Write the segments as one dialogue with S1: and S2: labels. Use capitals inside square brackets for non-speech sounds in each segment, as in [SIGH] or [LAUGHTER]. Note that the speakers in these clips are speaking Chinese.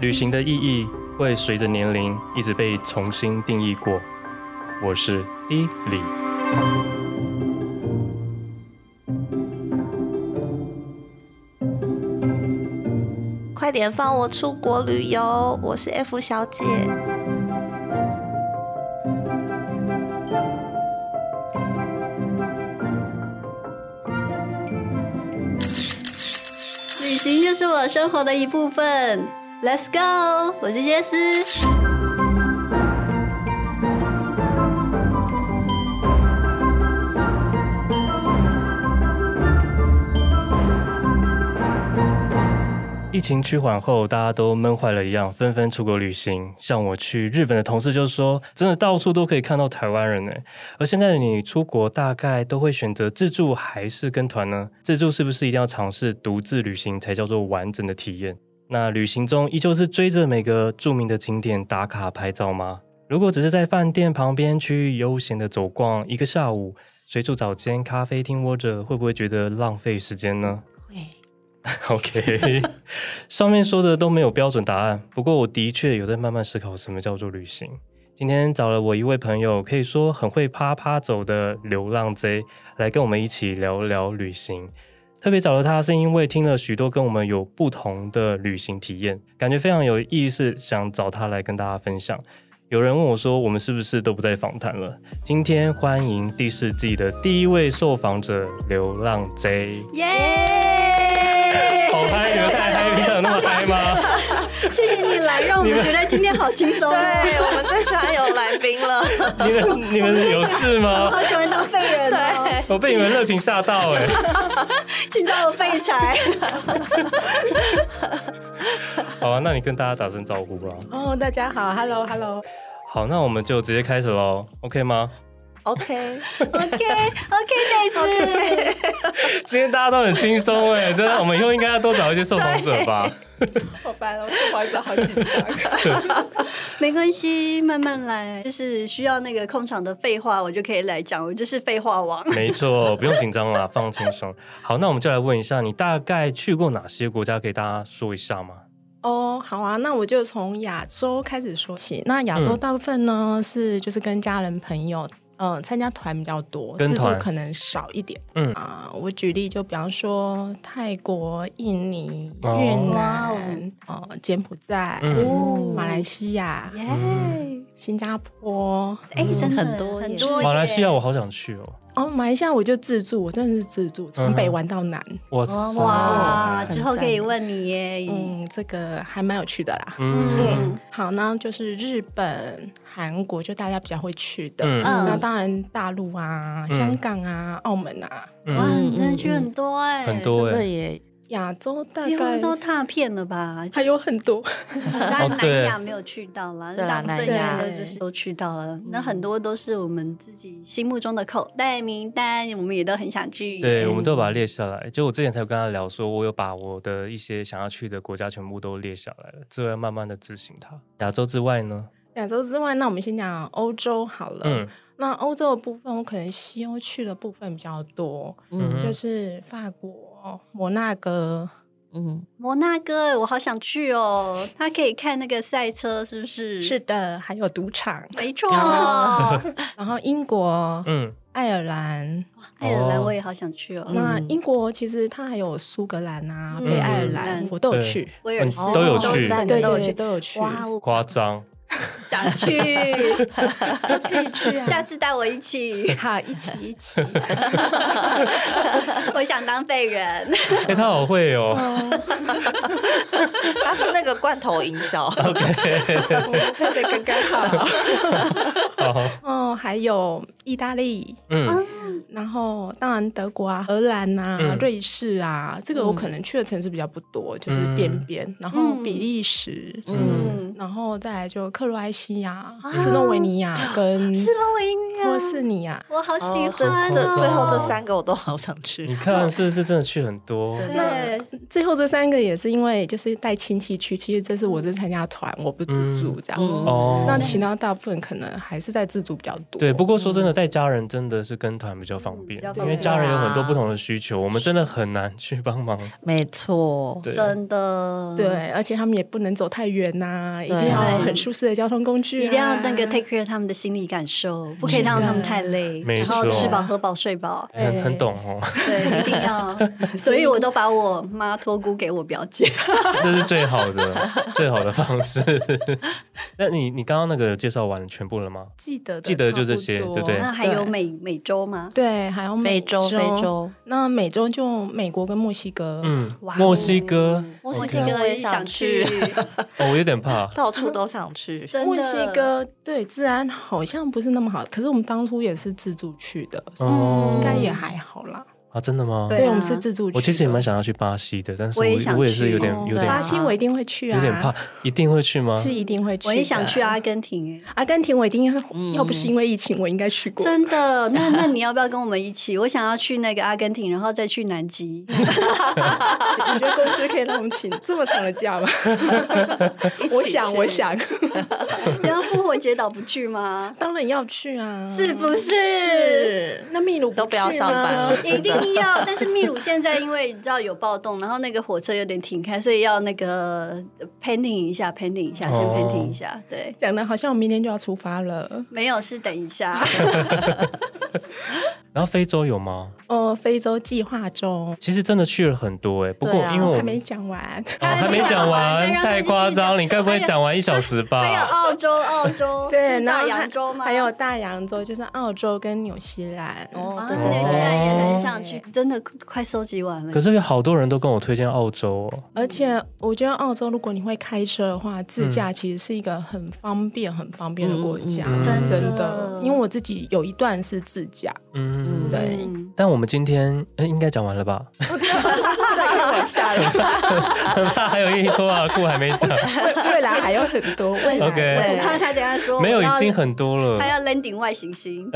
S1: 旅行的意义会随着年龄一直被重新定义过。我是伊里。
S2: 快点放我出国旅游！我是 F 小姐。
S3: 旅行就是我生活的一部分。Let's go！我是杰斯。
S1: 疫情趋缓后，大家都闷坏了一样，纷纷出国旅行。像我去日本的同事就说，真的到处都可以看到台湾人呢。欸而现在你出国，大概都会选择自助还是跟团呢？自助是不是一定要尝试独自旅行才叫做完整的体验？那旅行中依旧是追着每个著名的景点打卡拍照吗？如果只是在饭店旁边去悠闲的走逛一个下午，随处找间咖啡厅窝着，会不会觉得浪费时间呢？
S2: 喂，
S1: [LAUGHS] OK，上面说的都没有标准答案，不过我的确有在慢慢思考什么叫做旅行。今天找了我一位朋友，可以说很会啪啪走的流浪 J 来跟我们一起聊聊旅行。特别找了他，是因为听了许多跟我们有不同的旅行体验，感觉非常有意思，想找他来跟大家分享。有人问我说，我们是不是都不再访谈了？今天欢迎第四季的第一位受访者流浪 J。
S3: 耶、
S1: [LAUGHS] 好嗨！你们太嗨，平常有那么嗨吗？
S3: 谢谢你来，让我们觉得今天好轻松。
S2: 对我们最喜欢有来宾了。
S1: 你们你们有事
S3: 我
S1: 吗？
S3: 好喜欢当废人哦，
S2: 对，
S1: 我被你们热情吓到哎、
S3: 请叫我废柴。
S1: 好啊，那你跟大家打声招呼吧。
S4: 哦，大家好，Hello
S1: 嗯
S4: Hello，
S1: 好，那我们就直接开始喽，OK 吗？ [LAUGHS]
S2: OK，
S3: OK OK，妹子。
S1: 今天大家都很轻松哎，真的，我们以后应该要多找一些受访者吧。
S4: [LAUGHS] 我烦了，我不好意思，好紧张。
S3: [LAUGHS] 没关系，慢慢来，就是需要那个控场的废话，我就可以来讲，我就是废话王。
S1: 没错，不用紧张啦，放轻松。好，那我们就来问一下，你大概去过哪些国家？给大家说一下吗？
S4: 哦，好啊，那我就从亚洲开始说起。那亚洲
S1: 嗯
S4: 大部分呢、是就是跟家人朋友，嗯、参加团比较多，
S1: 跟
S4: 自助
S1: 团
S4: 可能少一点。
S1: 嗯
S4: 啊、我举例就比方说泰国、印尼、
S1: 哦
S4: 越
S3: 哇哦
S4: 南、哦、柬埔寨、
S1: 嗯
S4: 马来西亚、
S3: 耶！
S1: 嗯
S4: 新加坡。
S3: 哎，真的
S2: 嗯很多耶
S3: 很多耶。
S1: 马来西亚我好想去哦。
S4: 哦，马来西亚我就自助，我真的是自助，
S1: 嗯
S4: 从
S1: 哼
S4: 北玩到南。
S1: 哇塞！
S3: 哇，
S2: 哦
S4: 很赞
S3: 之后可以问你耶。
S4: 嗯，这个还蛮有趣的啦。
S1: 嗯，
S4: 好，那就是日本、韩国，就大家比较会去的。
S1: 嗯
S4: 那当然大陆啊、
S1: 嗯
S4: 香港啊、澳门啊，
S3: 哇，
S1: 嗯，
S3: 你真的去很多哎，
S1: 很
S2: 真
S1: 多
S2: 的
S1: 哎。
S2: 耶，
S4: 亚洲大
S3: 几乎
S4: 概
S3: 都踏遍了吧？就
S4: 还有很多。 [LAUGHS]
S3: 当然
S1: 哦
S3: 南
S1: 对
S3: 亚没有去到啦，
S2: 对啦
S3: 大部分
S4: 南亚
S3: 的就是都去到了，那很多都是我们自己心目中的口袋名单，我们也都很想去。
S1: 对，我们都有把它列下来。就我之前才有跟他聊说，我有把我的一些想要去的国家全部都列下来了，之后要慢慢的执行它。亚洲之外呢？
S4: 亚洲之外，那我们先讲欧洲好了。
S1: 嗯
S4: 那欧洲的部分，我可能西欧去的部分比较多，
S1: 嗯
S2: 嗯
S4: 就是法国、摩纳哥。
S2: 嗯，
S3: 摩纳哥，我好想去哦！它可以看那个赛车，是不是？，
S4: 的，还有赌场，
S3: 没错。 [LAUGHS]
S2: 哦
S3: 爱
S4: 然后英国、
S1: 嗯
S4: 爱尔兰。
S3: 尔哎兰我也好想去哦。
S4: 那
S2: 嗯
S4: 英国其实它还有苏格兰啊、
S3: 嗯
S4: 北爱尔兰
S3: 嗯，
S4: 我都有
S1: 对
S4: 去。
S3: 威尔斯
S1: 哦你都有去
S3: 在
S2: 对
S3: 都
S4: 对
S3: 有
S4: 对
S3: 去
S4: 对，。都有去。
S3: 哇，我
S1: 嗯夸张。
S3: 想去，可以去 [LAUGHS] 啊！下次带我一起，
S4: 好，一起一起。 [LAUGHS]
S3: 我想当废人。
S1: 哎、他好会哦。
S2: 他是那个罐头营 [LAUGHS] 销，
S4: [LAUGHS] 我们配的刚刚好。
S1: 好，
S4: 哦，还有意大利，
S1: 嗯
S4: 然后当然德国啊、荷兰啊、
S1: 嗯
S4: 瑞士啊，这个我
S2: 嗯
S4: 可能去的城市比较不多，就是
S1: 嗯
S4: 边边。然后比利时，
S2: 嗯
S3: 嗯，
S4: 然后再来就克罗埃西亚、斯洛维尼亚跟
S3: 斯洛维尼亚，
S4: 若是你啊，
S3: 我好喜欢、哦
S2: 这这最后这
S1: 哦
S2: 三个我都好想去
S1: 你。看是不是真的去很多？
S3: 对，
S4: 最后这三个也是因为就是带亲戚去，其实这是我是参加团，我不自助这样
S2: 嗯
S4: 子。
S1: 哦
S4: 那其他大部分可能还是在自助比较多。
S1: 对，不过说真的，带家人真的是跟团比较方便
S3: 比较，
S1: 因
S3: 方便
S1: 为家人有很多不同的需求，我们真的很难去帮忙。
S2: 没错，
S1: 对，
S3: 真的，
S4: 对，而且他们也不能走太远呐、一定
S2: 对
S4: 要很舒适的交通工具、啊，
S3: 一定要那
S1: 嗯
S3: 个 take care 他们的心理感受，不可以让他们太累，
S1: 没
S3: 然后
S1: 错
S3: 吃饱喝饱睡饱，
S4: 对
S1: 很很懂哦， [LAUGHS]
S3: 对，一定要。所以我都把我妈托孤给我表姐。
S1: 这是最好的最好的方式。 [LAUGHS] 那你你刚刚那个介绍完全部了吗？
S4: 记得的
S1: 记得就这
S4: 差不
S1: 些
S4: 多
S1: 对不对
S3: [LAUGHS] 那还有美美洲吗？
S4: 对，还
S3: 嗯
S4: 有
S2: 非洲非
S4: 洲，
S2: 洲，
S4: 那美洲就美国跟墨西哥，
S1: 嗯，
S3: 哇哦
S1: 墨西哥，
S2: 墨
S3: 墨
S2: 西
S3: 西
S2: 哥
S3: 哥
S2: 我也
S3: 也
S2: 想
S3: 想
S2: 去。
S3: 去，
S1: 哦，我有点怕
S2: 到处都想去。
S3: 真的
S4: 墨西。哥对治安好像不是那么好，可是我们当初也是自助去的，
S1: 哦
S4: 应该也还好啦。
S1: 啊，真的吗？
S3: 对啊
S4: 我们是自助去的。
S1: 我其实也蛮想要去巴西的，但是我
S3: 我也想
S1: 我也是有点
S4: 哦
S1: 有
S2: 对
S1: 点
S4: 巴西，我一定会去啊，
S1: 有点怕，一定会去吗？
S4: 是一定会去。
S3: 我 [LAUGHS] 也想去，阿根廷哎，
S4: 阿根廷我一定会，
S2: 嗯
S4: 要不是因为疫情，我应该去过。
S3: 真的。那那你要不要跟我们一起？我想要去那个阿根廷，然后再去南极。
S4: 你觉得公司可以让我们请这么长的假吗？
S2: 一起
S4: 我想，
S2: 去
S4: 我，[LAUGHS]
S3: [LAUGHS]
S4: 想，
S3: 然后复活节岛不去吗？
S4: 当然要去
S1: 嗯
S4: 啊。
S3: 是不是？哦
S4: 是，那秘鲁
S2: 都不要
S4: 去
S2: 上
S4: 吗
S2: 班
S1: [LAUGHS]
S2: 了
S3: 一定要，但是秘鲁现在因为你知道有暴动，然后那个火车有点停开，所以要那个呃 pending 一下，pending 一下，先
S1: 哦
S3: pending 一下，对，
S4: 讲的好像我明天就要出发了。
S3: 没有是等一
S1: [LAUGHS]
S3: 下，
S1: 啊然后非洲有吗？
S4: 哦，非洲计划中，
S1: 其实真的去了很多哎，不过
S2: 对啊
S1: 因为我
S4: 还没讲完。
S1: 哦还没讲完，太夸张了，你该不会讲完一小时
S3: [LAUGHS] 还有
S1: 吧？
S3: 澳洲，澳 [LAUGHS]
S4: [LAUGHS]
S3: 洲
S4: 对，然
S3: 是大
S4: 后
S3: 洋
S4: 还
S3: 洲吗？
S4: 还有大洋洲，就是澳洲跟纽西兰。哦，
S2: 哦
S3: 啊，
S2: 对
S3: 对，
S1: 哦
S3: 现在也
S1: 哦
S3: 很想去，真的快收集完
S1: 可
S3: 了。
S1: 是有好多人都跟我推荐澳洲哦，
S4: 而且我觉得澳洲，如果你会开车的话，自驾其实是一个很方便、很方便的国家，
S1: 嗯嗯嗯嗯
S4: 真
S3: 真的
S4: 因为我自己有一段是自驾，
S1: 嗯，
S4: 对
S3: 嗯
S1: 但我们今天哎应该讲完了
S4: [LAUGHS]
S1: 吧？
S4: 再开往下了，
S1: 还有一拖啊裤还没
S4: [LAUGHS]
S1: 讲，
S4: 未来还有很多未 [LAUGHS] 来。
S1: OK
S3: 我怕他等一下说
S1: 没有
S3: 我
S1: 已
S3: 要
S1: 经很多了
S3: 他。要 landing 外行
S1: [LAUGHS]
S3: 星，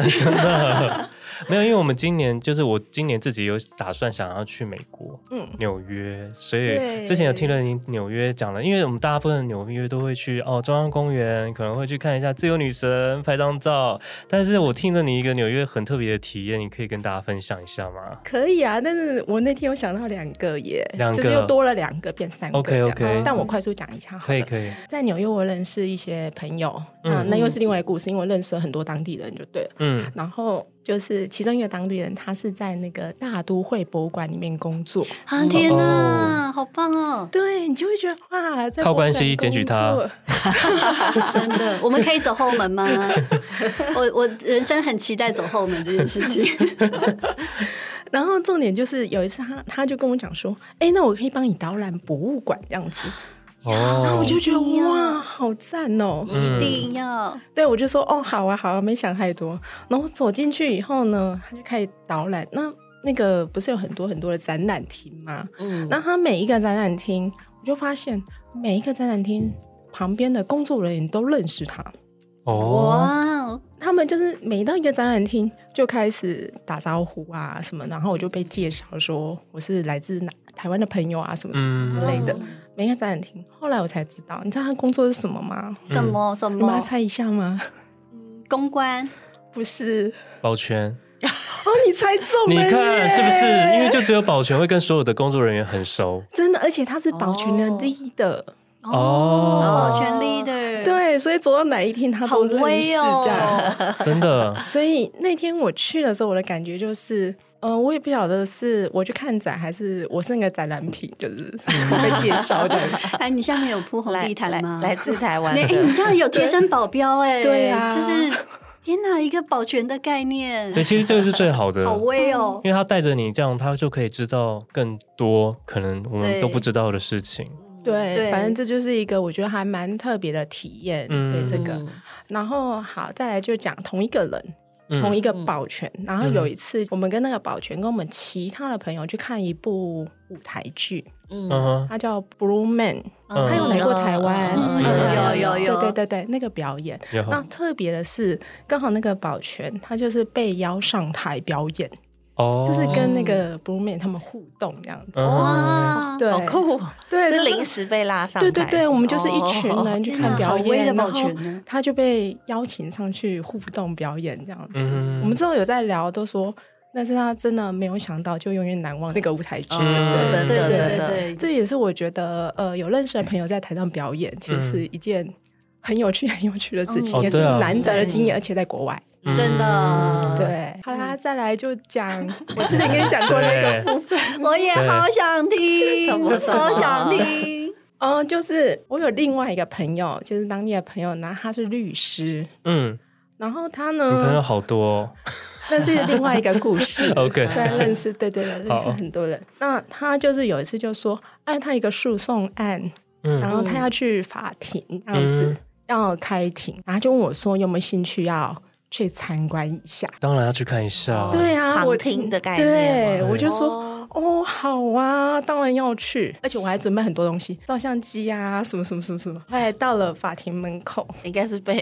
S1: 没有，因为我们今年就是我今年自己有打算想要去美国
S4: 嗯，
S1: 纽约，所以
S4: 对
S1: 之前有听了你纽约讲了，因为我们大部分纽约都会去哦中央公园，可能会去看一下自由女神拍张照。但是我听了你一个纽约很特别的体验，你可以跟大家分享一下吗
S4: 可以啊，但是我那天有想到两个耶，
S1: 两个
S4: 就是又多了两个，变三个这样。
S1: OK，OK
S4: 但我快速讲一下好了。
S1: 可以可以，
S4: 在纽约，我认识一些朋友，
S1: 嗯
S4: 啊，那又是另外一个故事，因为我认识了很多当地人，就对了。
S1: 嗯，
S4: 然后就是其中一个当地人，他是在那个大都会博物馆里面工作。
S3: 啊天哪，好棒哦！
S4: 对你就会觉得哇，在
S1: 靠
S4: 博物
S1: 关
S4: 馆
S1: 系检举他
S4: 工作
S3: 真的， [LAUGHS] 我们可以走后门吗？ [LAUGHS] 我我人生很期待走后门这件事情。
S4: 然后重点就是有一次他他就跟我讲说，哎，那我可以帮你导览博物馆这样子。然后
S1: 哦
S4: 我就觉得
S3: 哎呀
S4: 哇，好赞哦！
S1: 嗯
S3: 一定要，
S4: 对我就说哦，好啊，好啊，没想太多。然后走进去以后呢，他就开始导览。那那个不是有很多很多的展览厅吗？
S2: 嗯，
S4: 那他每一个展览厅，我就发现每一个展览厅旁边的工作人员都认识他，
S1: 哦，
S3: 哇哦，
S4: 他们就是每到一个展览厅就开始打招呼啊什么，然后我就被介绍说我是来自哪台湾的朋友啊什么什么之类的，
S3: 嗯
S4: 每一个展览厅。后来我才知道，你知道他工作是什么吗？
S3: 什
S2: 嗯
S3: 么什
S4: 你们
S3: 么
S4: 来猜一下吗？ [LAUGHS]
S3: 公关？
S4: 不是
S1: 保全，
S4: 哦，你猜中了
S1: 你
S4: 耶，
S1: 看是不是？因为就只有保全会跟所有的工作人员很熟，
S4: 真的，而且他是保全的
S2: 哦
S4: leader，、
S1: 哦
S3: 全 leader，，
S4: 对，所以走到哪一厅他
S3: 好
S4: 都认识
S3: 威哦
S4: 这样。，
S1: 真的
S4: 所以那天我去的时候，我的感觉就是，嗯、我也不晓得是我去看展，还是我是那个展览品，就是
S3: 嗯
S4: 被介绍的。 [LAUGHS]
S3: 哎，你下面有铺红
S2: 来
S3: 地毯
S2: 来
S3: 吗？
S2: 来自台湾
S3: 你哎，你
S2: 的，
S3: 这样有贴身保镖哎，
S4: 对啊
S3: 就是天哪，一个保全的概念，
S1: 对，其实这个是最好的，
S3: 好威哦，
S1: 因为他带着你这样，他就可以知道更多可能我们
S3: 对
S1: 都不知道的事情。
S4: 对，
S3: 对
S4: 反正这就是一个我觉得还蛮特别的体验。
S1: 嗯
S4: 对这
S2: 嗯
S4: 个，然后好，再来就讲同一个人，
S5: 嗯
S4: 同一个保全。然后有一次，我们跟那个保全跟我们其他的朋友去看一部舞台剧，
S5: 嗯
S2: 嗯，
S5: 哼，
S4: 它叫《Blue Man》，
S5: 嗯
S4: 它有来过台湾，
S3: 嗯
S4: 嗯
S3: 有有有有
S4: 对对对对，那个表演。
S1: 然后
S4: 那特别的是，刚好那个保全他就是被邀上台表演，
S1: 哦，
S4: 就是跟那个 Blue Man 他们互动这样子。
S1: 嗯
S3: 哇，
S4: 对
S3: 好酷哦！
S4: 对，
S2: 是
S4: 那个
S2: 临时被拉上台
S4: 对
S2: 是吗。
S4: 对对，我们就是一群人去
S3: 天
S4: 看
S3: 哪
S4: 表
S3: 好威
S4: 演，
S3: 的
S4: 然
S3: 保
S4: 后
S3: 全呢
S4: 他就被邀请上去互动表演这样子。
S1: 嗯
S4: 我们之后有在聊，都说但是他真的没有想到，就永远难忘那个舞台剧。
S1: 嗯
S2: 哦，真的
S4: 对对
S2: 真的，
S3: 对，
S4: 这也是我觉得，呃，有认识的朋友在台上表演，其实是一件很有趣、 [LAUGHS] 很有趣的事情，
S1: 嗯哦
S4: 也是
S1: 对啊
S4: 难得的经验，而且在国外。
S1: 嗯
S3: 真的，
S4: 对，好啦，再来就讲，我之前跟你讲过那
S1: 对
S4: 个部分，
S3: [LAUGHS] 我也好想听，
S2: 什么什么
S3: 好想听。
S4: 嗯，就是我有另外一个朋友，就是当地的朋友，然后他是律师，
S1: 嗯，
S4: 然后他
S1: 你朋友
S4: 呢，
S1: 好多哦，。
S4: 那是另外一个故事
S1: OK [LAUGHS]
S4: 虽然认识，对对对，认识
S1: 好
S4: 很多人。那他就是有一次就说，哎，他有一个诉讼案，然
S1: 嗯
S4: 后他要去法庭这样子，
S1: 嗯
S4: 要开庭，然后就问我说有没有兴趣要去参观一下。
S1: 当然要去看一下，
S4: 对啊，我
S2: 哦旁听的概念
S4: 对，
S1: 吗
S4: 我就说。
S2: 哦
S4: 哦，好啊，当然要去，而且我还准备很多东西，照相机啊，什么什么什么什么。后来到了法庭门口，
S2: 应该是被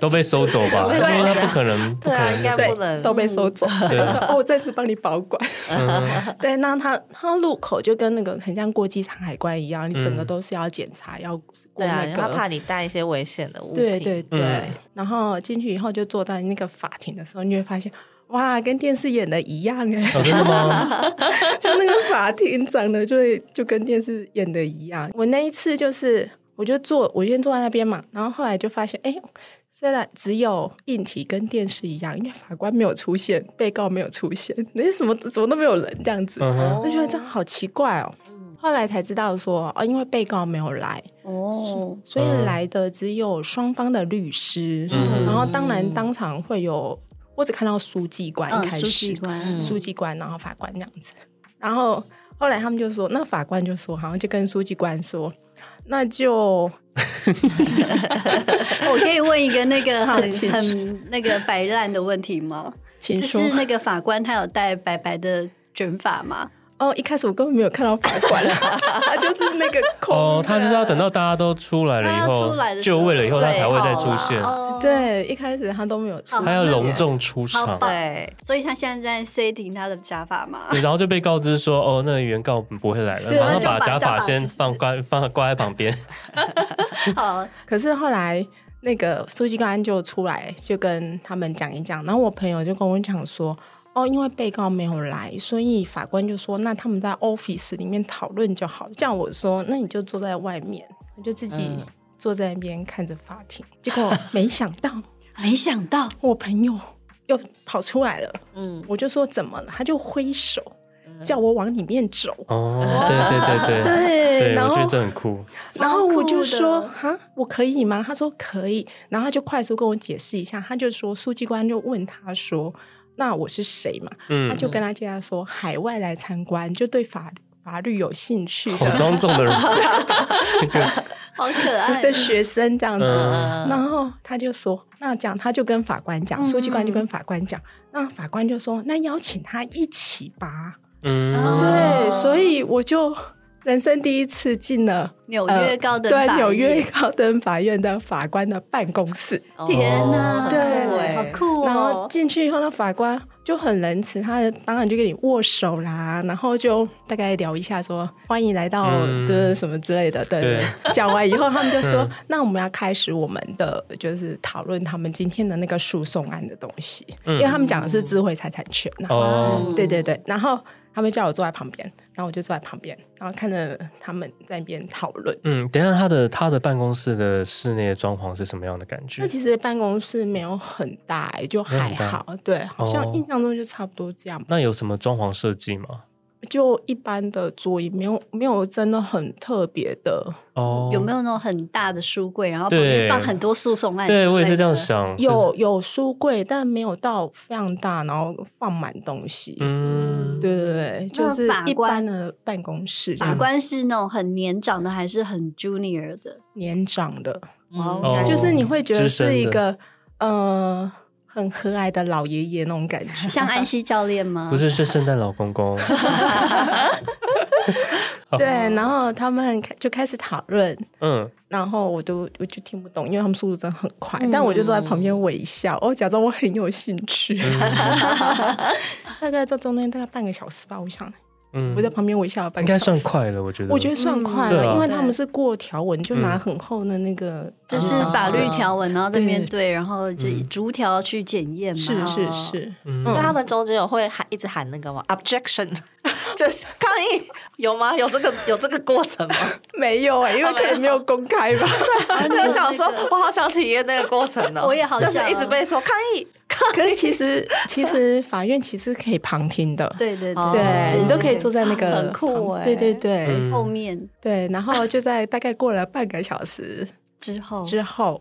S1: 都被收走吧？
S2: 对
S1: 因为他不可能，不
S2: 对
S1: 可
S2: 啊，应
S1: 能，
S2: 该
S4: 对
S2: 不能
S4: 都被收走。
S1: 对
S4: 我说哦，我这次帮你
S2: [LAUGHS]
S4: 保管。
S1: 嗯
S4: 对，那它它入口就跟那个很像过机场海关一样，你整
S1: 嗯
S4: 个都是要检查，要过
S2: 对啊，
S4: 那
S2: 因为
S4: 个。
S2: 他怕你带一些危险的物品。
S4: 对对对、
S1: 嗯
S4: 然后进去以后就坐到那个法庭的时候，你会发现，哇，跟电视演的一样哎、
S1: 哦真的吗？
S4: 就那个法庭长得就会就跟电视演的一样。我那一次就是，我就坐，我先坐在那边嘛，然后后来就发现，哎。虽然只有硬体跟电视一样，因为法官没有出现，被告没有出现，那什么怎么都没有人这样子，
S1: 嗯哼，
S4: 我就觉得这样好奇怪哦。后来才知道说，哦，因为被告没有来，
S3: 哦，
S4: 所以
S1: 嗯
S4: 来的只有双方的律师，
S1: 嗯
S4: 然后当然当场会有，我只看到书记官一
S3: 嗯，
S4: 开
S3: 书记
S4: 始，
S3: 官，嗯
S4: 书记官，然后法官这样子，然后后来他们就说，那法官就说，好像就跟书记官说，那就
S3: 我可以问一个那个很
S4: 请
S3: 很那个摆烂的问题吗？
S4: 请
S3: 就
S4: 说。
S3: 是那个法官他有戴白白的卷发吗？
S4: 哦，一开始我根本没有看到法官，啊 [LAUGHS] 他就是那个空
S1: 哦，
S4: 的
S1: 他就是要等到大家都出来了以
S3: 大家出来
S1: 后，
S3: 的时
S1: 就
S3: 候
S1: 位了以后，他才会再出
S2: 最
S1: 现，
S2: 后
S3: 哦，，
S4: 对，一开始他都没有出
S3: 哦
S4: 现，
S1: 他要隆重出
S3: 好
S2: 哦
S1: 场。
S3: 棒
S2: 对，
S3: 所以他现在在 setting 他的假发嘛。
S1: 对，然后就被告知说，哦，那个原告不会来了，
S4: 对
S1: 马上
S3: 那就
S1: 把
S3: 把
S1: 假
S3: 假
S1: 发
S3: 发
S1: 先
S3: 撕
S1: 放挂放挂在旁边。
S3: [LAUGHS] 好，
S4: 可是后来那个书记官就出来，就跟他们讲一讲。然后我朋友就跟我讲说，哦，因为被告没有来，所以法官就说，那他们在 office 里面讨论就好。叫我说，那你就坐在外面，我就自己
S2: 嗯
S4: 坐在那边看着法庭。结果没想到
S3: 没想到
S4: 我朋友又跑出来了，
S2: 嗯，
S4: 我就说怎么了？他就挥手叫我往里面走。
S1: 哦，对对对对，
S4: 对，
S1: 对，
S4: 然
S1: 我
S4: 后
S1: 觉得这很酷。
S4: 然后我就说
S3: 超酷的
S4: 哈，我可以吗？他说可以，然后他就快速跟我解释一下，他就说书记官就问他说，那我是谁嘛？他
S1: 嗯，
S4: 就跟他介绍说，海外来参观，就对法法律有兴趣
S1: 好
S4: 的
S1: 庄重的人。
S3: 好可
S4: [LAUGHS]
S3: 爱啊
S4: 的学生这样子。
S1: 嗯
S4: 然后他就说，那这样他就跟法官讲，书记官就
S3: 嗯
S4: 跟法官讲，那法官就说，那邀请他一起吧。
S1: 嗯，
S4: 对，
S3: 哦
S4: 所以我就人生第一次进了。
S3: 纽约高等
S4: 呃对
S3: 法
S4: 纽约
S3: 院
S4: 高等法院的法官的办公室，
S3: 天哪，
S4: 对
S3: 好酷
S4: 然后
S3: 哦！
S4: 进去以后，那法官就很仁慈，他当然就跟你握手啦，然后就大概聊一下说欢迎来到
S1: 嗯
S4: 的什么之类的。对，讲完以后，他们就说，那我们要开始我们的就是讨论他们今天的那个诉讼案的东西，
S1: 嗯
S4: 因为他们讲的是智慧财产权呐、
S1: 哦，
S4: 嗯对对对，然后他们叫我坐在旁边，然后我就坐在旁边，然后看着他们在那边讨论。
S1: 嗯，等一下，他的他的办公室的室内的装潢是什么样的感觉
S4: 那？其实办公室没有很大、欸，就
S1: 没有
S4: 还
S1: 很大
S4: 好，对，好
S1: 哦
S4: 像印象中就差不多这样吧。
S1: 那有什么装潢设计吗？
S4: 就一般的桌椅，没有没有真的很特别的。
S1: 哦，
S3: 有没
S1: 有？
S3: 有那种很大的书柜，然后旁
S1: 对
S3: 边放很多诉讼案？
S1: 对我也是这样。想。哦是，
S4: 有有书柜，但没有到非常大，然后放满东西。
S1: 嗯，
S4: 对对对，就是
S3: 法
S4: 一般
S3: 官
S4: 的办公室这
S3: 法
S4: 样，
S3: 官是啊那种很年长的，还是很 junior 的？
S4: 年长的，
S2: 哦
S1: 哦
S4: 就是你会觉得
S1: 资深
S4: 是一
S1: 的
S4: 个呃很和蔼的老爷爷那种感觉。
S3: 像安西教练吗？
S1: 不，是是圣诞老公公，
S4: 对，然后他们很开就开始讨论，
S1: 嗯，
S4: 然后我都我就听不懂，因为他们速度真的很快，
S3: 嗯
S4: 但我就坐在旁边微笑，我、假装我很有兴趣。
S1: 嗯
S4: [LAUGHS] 大概到中间大概半个小时吧，我想
S1: 嗯 [LAUGHS]
S4: 我在旁边微笑了半
S1: 应
S4: 个
S1: 该
S4: 小时
S1: 算。快了，我觉得，
S4: 我觉得算
S3: 嗯
S4: 快
S1: 对
S4: 了，
S1: 啊
S4: 因为他们是过条文，就
S1: 嗯
S4: 拿很厚的那个，嗯
S3: 就是法律条文，然后在
S4: 对
S3: 面对，然后就
S1: 哦
S3: 以
S1: 嗯
S3: 逐条去检验嘛。
S4: 嗯是是
S2: 哦
S4: 是，
S1: 嗯
S2: 那他们中间有会喊一直喊那个吗？Objection，就是抗议，有吗？有这个有这个过程吗？
S4: 没有哎、因为可能没有公开吧。
S3: 啊
S2: 我想说
S3: 那个，
S2: 我好想体验那个过程哦。
S3: 我也好
S2: 就
S3: 想
S2: 是一直被说抗议，
S4: [LAUGHS] 可是其实其实法院其实可以旁听的，
S3: 对对
S2: 哦
S4: 对
S3: 是
S4: 你都可以
S3: 是
S4: 坐在那个
S2: 很酷
S4: 旁
S2: 欸
S4: 对对对、
S1: 嗯
S3: 后面
S4: 对，然后就在大概过了半个小时
S3: 之后，
S4: 之后。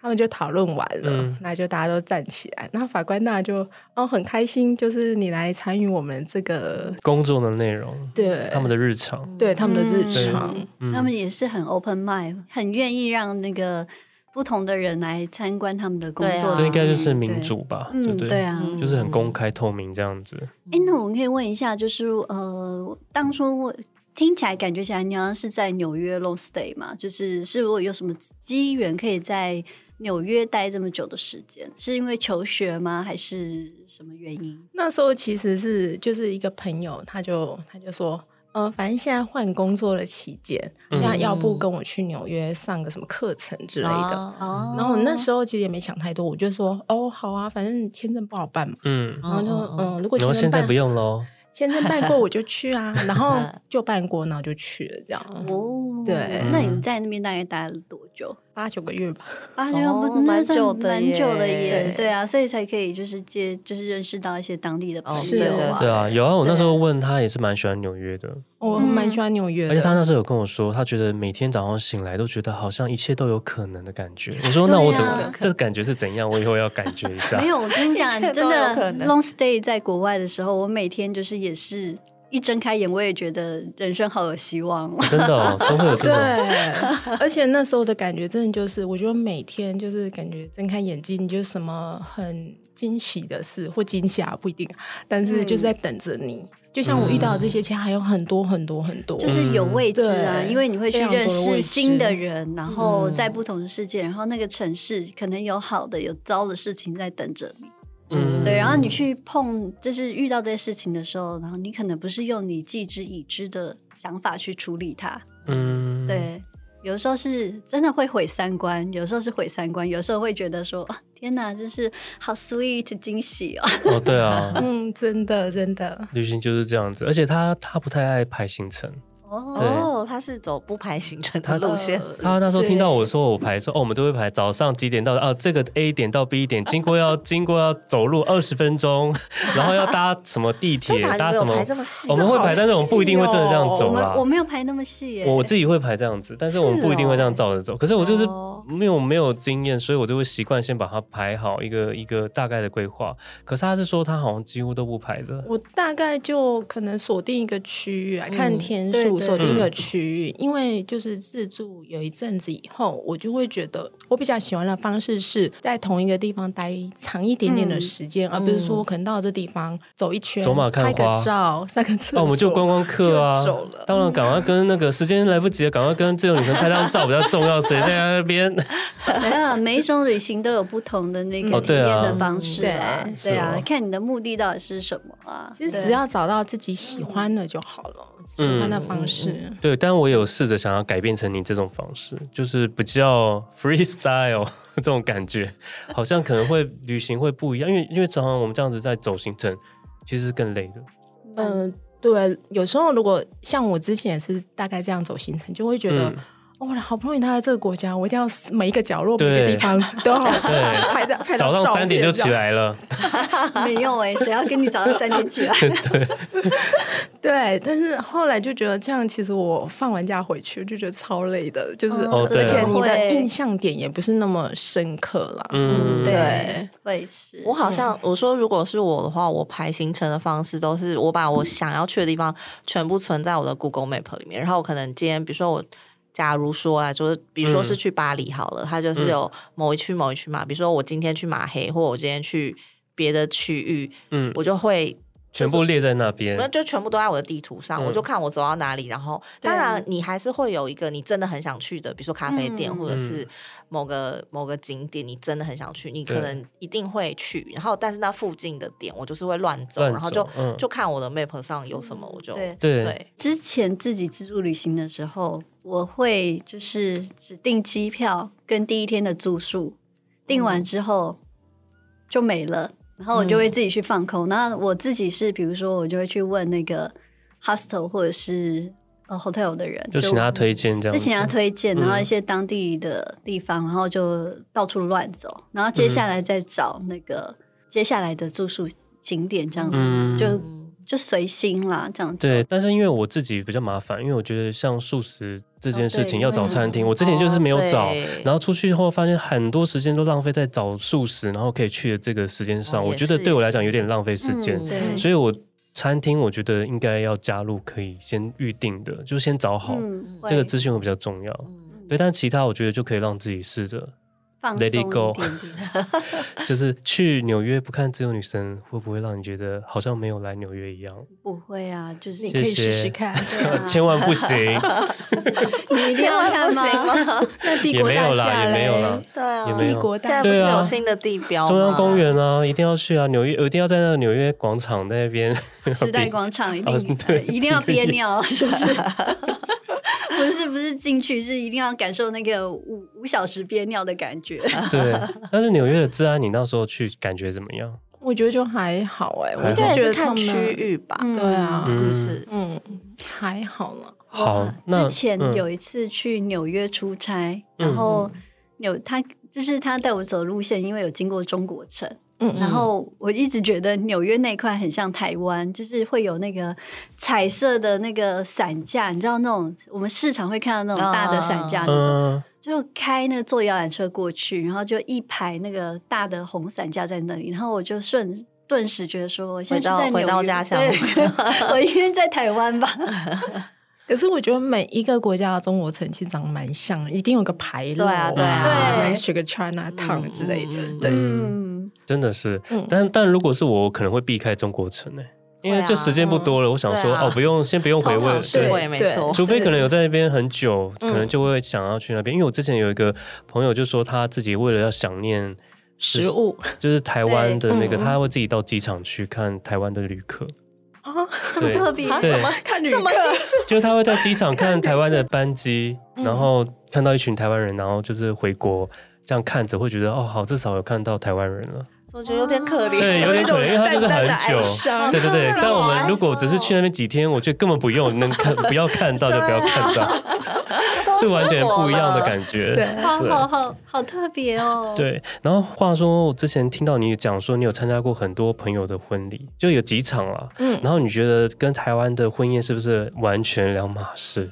S4: 他们就讨论完了，
S1: 嗯
S4: 那就大家都站起来，然后法官那就哦很开心，就是你来参与我们这个
S1: 工作的内容，
S4: 对
S1: 他们的日常，
S4: 对他们的日
S1: 对
S4: 常，
S1: 嗯
S3: 他们也是很 open mind，很愿意让那个不同的人来参观他们的工
S2: 对
S3: 作
S2: 啊。
S1: 这应该就是民主吧，
S3: 嗯，
S1: 对不
S3: 对啊。
S2: 嗯
S1: 就是很公开透明这样子，
S3: 哎、那我们可以问一下，就是呃，当初我听起来感觉起来你好像是在纽约 long stay 嘛，就是是如果有什么机缘可以在纽约待这么久的时间，是因为求学吗，还是什么原因？
S4: 那时候其实是就是一个朋友，他就他就说，呃，反正现在换工作的期间，
S1: 嗯
S4: 那要不跟我去纽约上个什么课程之类的。
S2: 哦
S3: 哦，
S4: 然后我那时候其实也没想太多，我就说，哦，好啊，反正签证不好办嘛。
S1: 嗯，
S4: 然后就
S2: 哦哦哦
S4: 嗯，如果
S1: 然后
S4: 签
S1: 现
S4: 证
S1: 在
S4: 办
S1: 不用喽，
S4: 签证办过我就去 [LAUGHS] 啊，然后
S2: 嗯
S4: 就办过，然后就去了，这样
S3: 哦，
S4: 对
S3: 那你在那边大概待了多久？
S4: 八九个月吧。
S3: 八九月
S2: 哦
S3: 不，那
S2: 蛮
S3: 算
S2: 久的
S3: 蛮久的
S2: 耶
S3: 耶
S4: 对，
S3: 对啊，所以才可以就是接，就是认识到一些当地的朋
S2: 哦
S4: 是
S3: 友
S4: 对
S3: 啊，
S1: 对啊，有啊，我那时候问他也是蛮喜欢纽约的，
S4: 我
S3: 嗯
S4: 哦蛮喜欢纽约的，
S1: 而且他那时候有跟我说，他觉得每天早上醒来都觉得好像一切都有可能的感觉。我说
S3: 对
S1: 那
S3: 啊
S1: 我怎么这个感觉是怎样？我以后要感觉一下
S3: 没。有，我跟你讲，
S2: [LAUGHS] 一切
S3: 真
S2: 都有可
S3: 的
S2: 能
S3: long stay 在国外的时候，我每天就是也是一睁开眼，我也觉得人生好有希望哦。
S1: 真的哦，都会有这
S4: 对 [LAUGHS]
S1: 种，
S4: 而且那时候的感觉真的就是，我觉得每天就是感觉睁开眼睛，你就什么很惊喜的事或惊吓不一定，但
S3: 嗯
S4: 是就是在等着你。就像我遇到的这些，其实还有很多很多很多。
S3: 就是有未知啊，
S4: 嗯对
S3: 因为你会去
S4: 非常多的
S3: 认识
S4: 未知
S3: 新的人，然后
S2: 嗯
S3: 在不同的世界，然后那个城市可能有好的有糟的事情在等着你。
S1: 嗯
S3: 对，然后你去碰，就是遇到这些事情的时候，然后你可能不是用你既知已知的想法去处理它，
S1: 嗯，，
S3: 对，有时候是真的会毁三观，有时候是毁三观，有时候会觉得说，啊天哪，真是好 sweet 惊喜哦。
S1: 哦，对啊，
S4: 嗯，真的真的，
S1: 旅行就是这样子。而且他他不太爱排行程，对
S3: 哦，
S2: 哦，他是走不排行程的
S1: 他
S2: 路线，
S1: 他那时候
S4: 对
S1: 听到我说我排说哦，我们都会排早上几点到啊，这个 A 点到 B 点，经过
S2: [LAUGHS]
S1: 要经过要走路二十分钟，然后要搭什么地
S2: 这 [LAUGHS]
S1: 铁，
S2: 场你
S1: 搭
S2: 没
S1: 什
S2: 有
S1: 么
S2: 排这么细，哦
S1: 我们会排，但是我们不一定会真的这样
S3: 我
S1: 走
S3: 们
S1: 啦。
S3: 我没有排那么细耶，
S1: 我我自己会排这样子，但是我们
S2: 是
S1: 不一定会这样
S2: 哦
S1: 照着走。可是我就是
S2: 哦
S1: 因为我没有经验，所以我就会习惯先把它排好一个一个大概的规划。可是他是说他好像几乎都不排的，
S4: 我大概就可能锁定一个区域来、看
S2: 嗯
S4: 天
S3: 对
S4: 数，
S3: 对
S4: 锁定一个区域，因为就是自助有一阵子以后，我就会觉得我比较喜欢的方式是在同一个地方待长一点点的
S3: 嗯
S4: 时间，而不是说
S2: 嗯
S4: 我可能到这地方走一圈，
S1: 走马看
S4: 拍
S1: 花哦
S4: 个照，上个厕所，
S1: 那我们就观光客啊
S4: 就走了，
S1: 当然赶快跟那个时间来不及了，赶快跟自由女神拍张照比较重要。谁在那边？ [LAUGHS]
S3: 没有， [LAUGHS] 每一种旅行都有不同的那
S4: 哦
S3: 个体
S1: 对
S3: 验
S1: 啊
S3: 的方式啊，
S4: 嗯
S1: 对
S3: 对
S1: 是
S3: 啊
S1: 哦，
S3: 看你的目的到底是什么啊。
S4: 其实
S3: 对
S4: 只
S3: [LAUGHS]
S4: 要找到自己喜欢的就好了，喜欢
S1: 嗯
S4: 的方式。
S1: 对，但我有试着想要改变成你这种方式，就是比较 freestyle 这种感觉，好像可能会旅行会不一样，因为因为常常我们这样子在走行程，其实是更累的。
S4: 嗯、对，有时候如果像我之前也是大概这样走行程，就会觉得。
S1: 嗯
S4: 哦，我好不容易待在这个国家，我一定要 [LAUGHS] 每一个角落、每
S1: [LAUGHS] 对
S4: 一个地方都好
S1: 对
S4: 拍照。拍
S1: 早
S4: 张
S1: 上
S4: 照
S1: 三点就
S4: 片
S1: 起。来了，
S3: 没有哎，谁要跟你早上三
S1: [LAUGHS]
S3: 点起来？
S4: 这样对，但是后来就觉得这样，其实我放完假回去就觉得超累的，就是、
S1: 哦对
S4: 而且你的
S3: 会
S4: 印象点也不是那么深刻啦。
S1: 嗯，
S4: 对，
S3: 会是
S2: 我好像我说，如果是我的话，我排行程的方式都是我把我想要去的地方全部存在我的 Google Map 里面，然后我可能今天，比如说我假如说啊，就是比如说是
S1: 嗯
S2: 去巴黎好了，它就是有某一区某一区嘛，比如说我今天去马黑，或我今天去别的区域，
S1: 嗯，
S2: 我就会
S1: 全部列在那边
S2: 那，就全部都在我的地图上，
S1: 嗯
S2: 我就看我走到哪里。然后，
S3: 对
S2: 当然你还是会有一个你真的很想去的，比如说咖啡店，
S3: 嗯
S2: 或者是某个某个景点，你真的很想去，你可
S1: 对
S2: 能一定会去。然后，但是那附近的点我就是会乱走，
S1: 乱
S2: 然后
S1: 走
S2: 就
S1: 嗯
S2: 就看我的 map 上有什么，我就
S3: 对
S1: 对，
S2: 对
S3: 之前自己自助旅行的时候，我会就是只订机票跟第一天的住宿，订完之后就没了，然后我就会自己去放空。那我自己是，比如说我就会去问那个 hostel 或者是呃 hotel 的人，
S1: 就请他推荐这样
S3: 就
S1: 子，
S3: 请他推荐，然后
S1: 嗯
S3: 一些当地的地方，然后就到处乱走，然后接下来再找那个接下来的住宿景点这样子，
S1: 嗯
S3: 就
S2: 嗯
S3: 就随心啦，这样子。嗯
S1: 对，但是因为我自己比较麻烦，因为我觉得像素食这件事情
S3: 哦对
S1: 要找餐厅，我之前
S3: 哦
S4: 哦
S1: 就是没有找，然后出去后发现很多时间都浪费在找素食，然后可以去的这个时间上，
S2: 哦
S1: 我
S2: 也
S1: 觉得
S2: 是
S1: 对我
S2: 也
S1: 来讲
S2: 是
S1: 有点浪费时间，
S2: 嗯
S3: 对
S1: 所以我餐厅我觉得应该要加入可以先预定的，就先找好、
S3: 嗯，
S1: 这个
S3: 会
S1: 资讯会比较重要。
S2: 嗯
S1: 对，但其他我觉得就可以让自己试着，
S3: 放
S1: let it
S3: 松一
S1: go
S3: 点点
S1: [LAUGHS]
S3: [LAUGHS]
S1: 就是去纽约不看自由女神，会不会让你觉得好像没有来纽约一样？
S3: 不会啊，就是
S4: 你
S1: 谢
S4: 可
S1: 谢
S4: 以试试看。
S3: 对
S1: [LAUGHS]
S3: 啊
S1: 千万
S2: [LAUGHS]
S1: 不行，啊
S3: 你一定
S2: 千
S3: 要
S2: 万
S3: 看
S2: 不行
S3: 吗？
S2: 吗？
S4: 那
S1: [LAUGHS]
S4: 帝
S1: 也
S4: 国
S1: 没有啦，
S4: 大厦
S1: 也没有
S4: 嘞
S1: 啦，
S2: 对啊，
S1: 也没有
S4: 帝国
S2: 现在
S4: 大
S2: 不是
S1: 对啊
S2: 有新的地标吗
S1: 中央公园啊，一定要去啊！纽约，我一定要在那个纽约广场那
S2: [LAUGHS]
S1: 边。
S3: 时代广场一定、
S1: 哦对
S3: [LAUGHS] 呃一定要憋尿，是
S1: [LAUGHS]
S3: 不是？不是不是进去，是一定要感受那个五五小时憋尿的感
S1: [LAUGHS]
S3: 觉。
S1: 对，但是纽约的治安，你那时候去感觉怎么样？
S4: 我觉得就还好哎、我
S1: 还
S2: 应
S1: 好
S4: 就
S2: 该
S4: 觉
S2: 也
S4: 得
S2: 是
S4: 他
S2: 看
S4: 们
S2: 区域吧，
S3: 嗯
S4: 对啊
S2: 是不是？
S4: 嗯，还好了。
S1: 好
S3: 哇，
S1: 那
S3: 之前
S1: 嗯
S3: 有一次去纽约出差，
S1: 嗯
S3: 然后有他，就是他带我走的路线，因为有经过中国城，
S4: 嗯
S3: 然后我一直觉得纽约那块很像台湾，就是会有那个彩色的那个伞架，你知道那种我们市场会看到那种大
S1: 啊
S3: 的伞架那种，
S1: 嗯，
S3: 就开那个坐摇览车过去，然后就一排那个大的红伞架在那里，然后我就顺。顿时觉得说，我现在是在
S2: 回到回
S3: 纽
S2: 到
S3: 约
S2: 家乡
S3: 对 [LAUGHS] 我应该在台湾吧？
S4: 可是我觉得每一个国家的中国城其实长得蛮像，一定有个牌
S2: 对
S4: 楼，
S2: 啊对
S1: 啊
S4: 可能是个 China Town 之类的，
S2: [LAUGHS] 嗯
S4: 对。
S3: 嗯，
S1: 真的是
S4: 嗯。
S1: 但但如果是我，我可能会避开中国城诶，因为
S2: 会啊
S1: 就时间不多了。我想说，
S2: 对啊
S1: 哦，不用，先不用回
S2: 通
S1: 味
S2: 常。是
S1: 对
S2: 会没
S4: 对
S2: 错，
S1: 除非可能有在那边很久，
S4: 嗯
S1: 可能就会想要去那边。因为我之前有一个朋友就说，他自己为了要想念，
S4: 食物
S1: 就是台湾的那个，
S4: 对嗯
S1: 他会自己到机场去看台湾的旅客。
S4: 啊，
S3: 这么
S1: 对
S3: 特别，哦
S2: 啊
S1: 对
S2: 什么
S4: 看旅
S2: 什
S4: 客
S2: 么意思？
S1: 就是他会在机场看台湾的班机，
S4: 嗯
S1: 然后看到一群台湾人，然后就是回国。这样看着会觉得哦，好，至少有看到台湾人了。
S2: 我觉得有点可怜，
S1: 对
S2: [LAUGHS]
S1: 有点可怜因为
S4: [LAUGHS]
S1: 他就是很久
S4: 哦
S1: 对对对，
S2: 好
S1: 但我
S2: 哀
S1: 们
S2: 伤
S1: 如果只是去那边几天，我觉得根本不用能看，不要看到就不要看到，
S2: 都
S1: 是完
S2: 出
S1: 全
S2: 国
S1: 不一样的
S2: 了
S1: 感觉。
S4: 对
S2: 嗯
S3: 好
S1: 对
S3: 好好好特别哦。
S1: 对，然后话说，我之前听到你讲说，你有参加过很多朋友的婚礼，就有几场啦。
S4: 嗯
S1: 然后你觉得跟台湾的婚宴是不是完全两码事？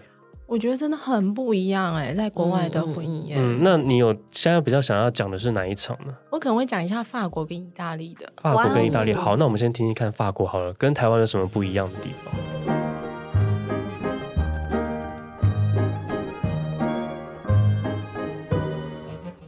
S4: 我觉得真的很不一样哎、在国外的婚哎
S2: 嗯嗯嗯
S4: 宴，
S1: 嗯，那你有现在比较想要讲的是哪一场呢？
S4: 我可能会讲一下法国跟意大利的。
S1: 法国跟意大利。
S3: 哇哦
S1: 好，那我们先听听看法国好了，跟台湾有什么不一样的地方？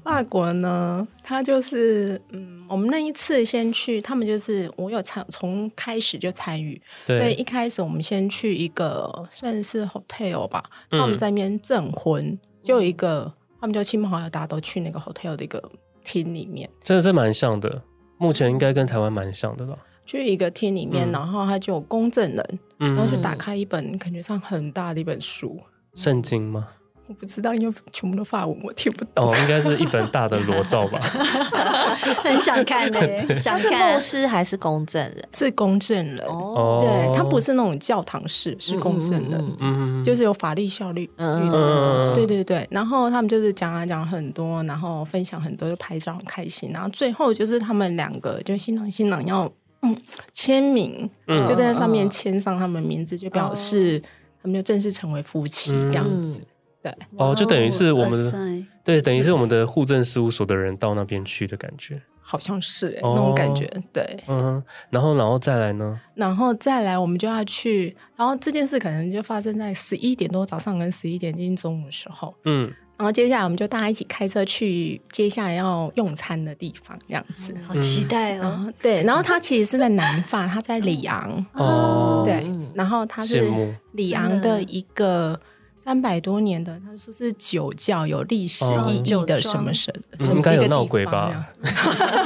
S4: 法国呢，它就是嗯，我们那一次先去，他们就是我有参从开始就参与，所以
S1: 对，
S4: 一开始我们先去一个算是 hotel 吧，
S1: 嗯
S4: 那、我们在那边证婚，就有一个他们就亲朋好友大家都去那个 hotel 的一个厅里面，
S1: 真的是蛮像的，目前应该跟台湾蛮像的吧？
S4: 去一个厅里面，
S1: 嗯
S4: 然后他就有公证人，
S1: 嗯，
S4: 然后就打开一本感觉上很大的一本书，
S1: 圣经吗？
S4: 我不知道，因为全部都法文，我听不懂。
S1: 哦，应该是一本大的裸照 [LAUGHS] 吧？
S3: 很想看的、想
S2: 他是
S3: 看
S2: 牧。师还是公证人？
S4: 是公证人，
S2: 哦，
S1: 哦
S4: 对，，他不，是那种教堂式，是公证人。
S2: 嗯嗯嗯嗯
S1: 嗯，
S4: 就是有法律效率，
S2: 嗯
S4: 嗯那
S1: 嗯
S4: 种，对对对。然后他们就是讲啊讲很多，然后分享很多，就拍照很开心。然后最后就是他们两个，就新郎新娘要嗯签名，
S1: 嗯
S4: 就在那上面签上他们名字，就表示他们就正式成为夫妻
S1: 嗯
S4: 这样子。对，
S1: 哦就等于是我们的
S3: 哇塞
S1: 对，等于是我们的户政事务所的人到那边去的感觉。
S4: 好像是、欸
S1: 哦
S4: 那种感觉，对。
S1: 嗯哼，然后然后再来呢？
S4: 然后再来，我们就要去，然后这件事可能就发生在十一点多早上跟十一点接近中午的时候。
S1: 嗯，
S4: 然后接下来我们就大家一起开车去接下来要用餐的地方，这样子。
S3: 好
S1: 嗯
S3: 期待
S4: 然
S3: 哦！
S4: 后对，然后他其实是在南法，他在里昂，
S1: 哦
S4: 啊对
S2: 嗯，
S4: 然后他是
S1: 羡慕
S4: 里昂的一个三百多年的，他说是酒窖有历史
S1: 哦
S4: 意义的什么
S3: 酒庄
S4: 神，
S1: 嗯
S4: 什么
S1: 应该有
S4: 一个地
S1: 闹鬼
S4: 方
S1: 吧
S4: 这样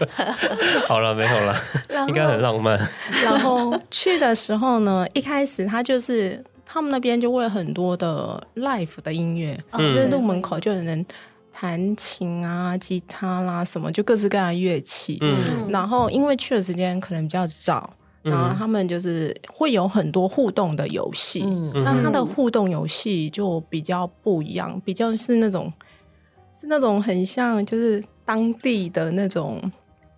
S1: [LAUGHS] 好了，没有了，
S4: [LAUGHS] 然后
S1: 应该很浪漫。
S4: 然后去的时候呢，一开始他就是他们那边就会有很多的 l i f e 的音乐，
S3: 哦
S1: 嗯
S4: 就是
S3: 对
S4: 路门口就有人弹琴啊、吉他啦什么，就各式各样的乐器。
S1: 嗯
S4: 然后因为去的时间可能比较早，然后
S1: 嗯
S4: 他们就是会有很多互动的游戏。
S2: 嗯，
S4: 那它的
S3: 嗯
S4: 互动游戏就比较不一样，比较是那种是那种很像就是当地的那种，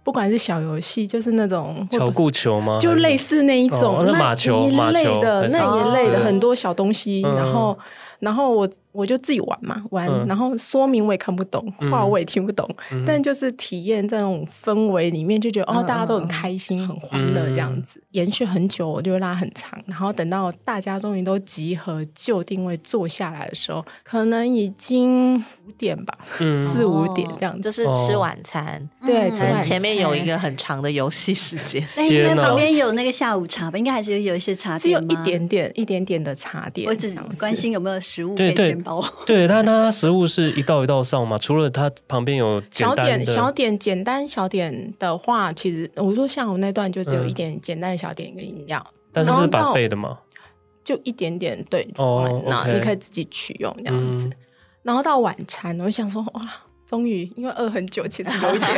S4: 不管是小游戏，就是那种
S1: 巧固球吗？
S4: 就类
S1: 似
S4: 似那一种，
S1: 哦那马球
S4: 那
S1: 马
S4: 一类
S1: 球
S4: 的
S1: 还是
S4: 那一类
S2: 哦
S4: 的很多小东西，
S1: 嗯
S4: 然后然后我我就自己玩嘛，玩，
S1: 嗯
S4: 然后说明我也看不懂，
S1: 嗯
S4: 话我也听不懂，
S1: 嗯
S4: 但就是体验这种氛围里面，就觉得
S2: 嗯
S4: 哦
S2: 嗯，
S4: 大家都很开心，很欢乐这
S1: 嗯
S4: 样子，延续很久，我就拉很长，然后等到大家终于都集合就定位坐下来的时候，可能已经五点吧，
S1: 嗯
S4: 四五点这样
S2: 就
S4: 子，
S2: 是吃晚餐，
S4: 对，
S3: 哦嗯
S4: 吃
S2: 可
S4: 晚
S2: 能
S4: 餐
S2: 前面有一。个很长的游戏时间。
S3: 但因为
S1: 天哪
S3: 旁边有那个下午茶吧，应该还是有有一些茶
S4: 只有
S3: 点
S4: 一
S3: 吗
S4: 点点、一点点的茶点，
S3: 我只
S4: 这样子
S3: 关心有没有食物可
S1: 对
S3: 以
S1: 对
S3: 填饱我。
S1: 对，但它食物是一道一道上嘛，除了它旁边有简
S4: 小
S1: 单
S4: 点
S1: 的
S4: 小点简单小点的话，其实我说像我那段就只有
S1: 嗯
S4: 一点简单的小点跟饮料，
S1: 但是是
S4: 然后到
S1: 把费的嘛，
S4: 就一点点对
S1: 哦
S4: 放在那
S1: OK
S4: 你可以自己取用
S1: 嗯
S4: 这样
S2: 嗯
S4: 子。然后到晚餐，我就想说哇，终于因为饿很久，其实
S2: [LAUGHS]
S4: 有一点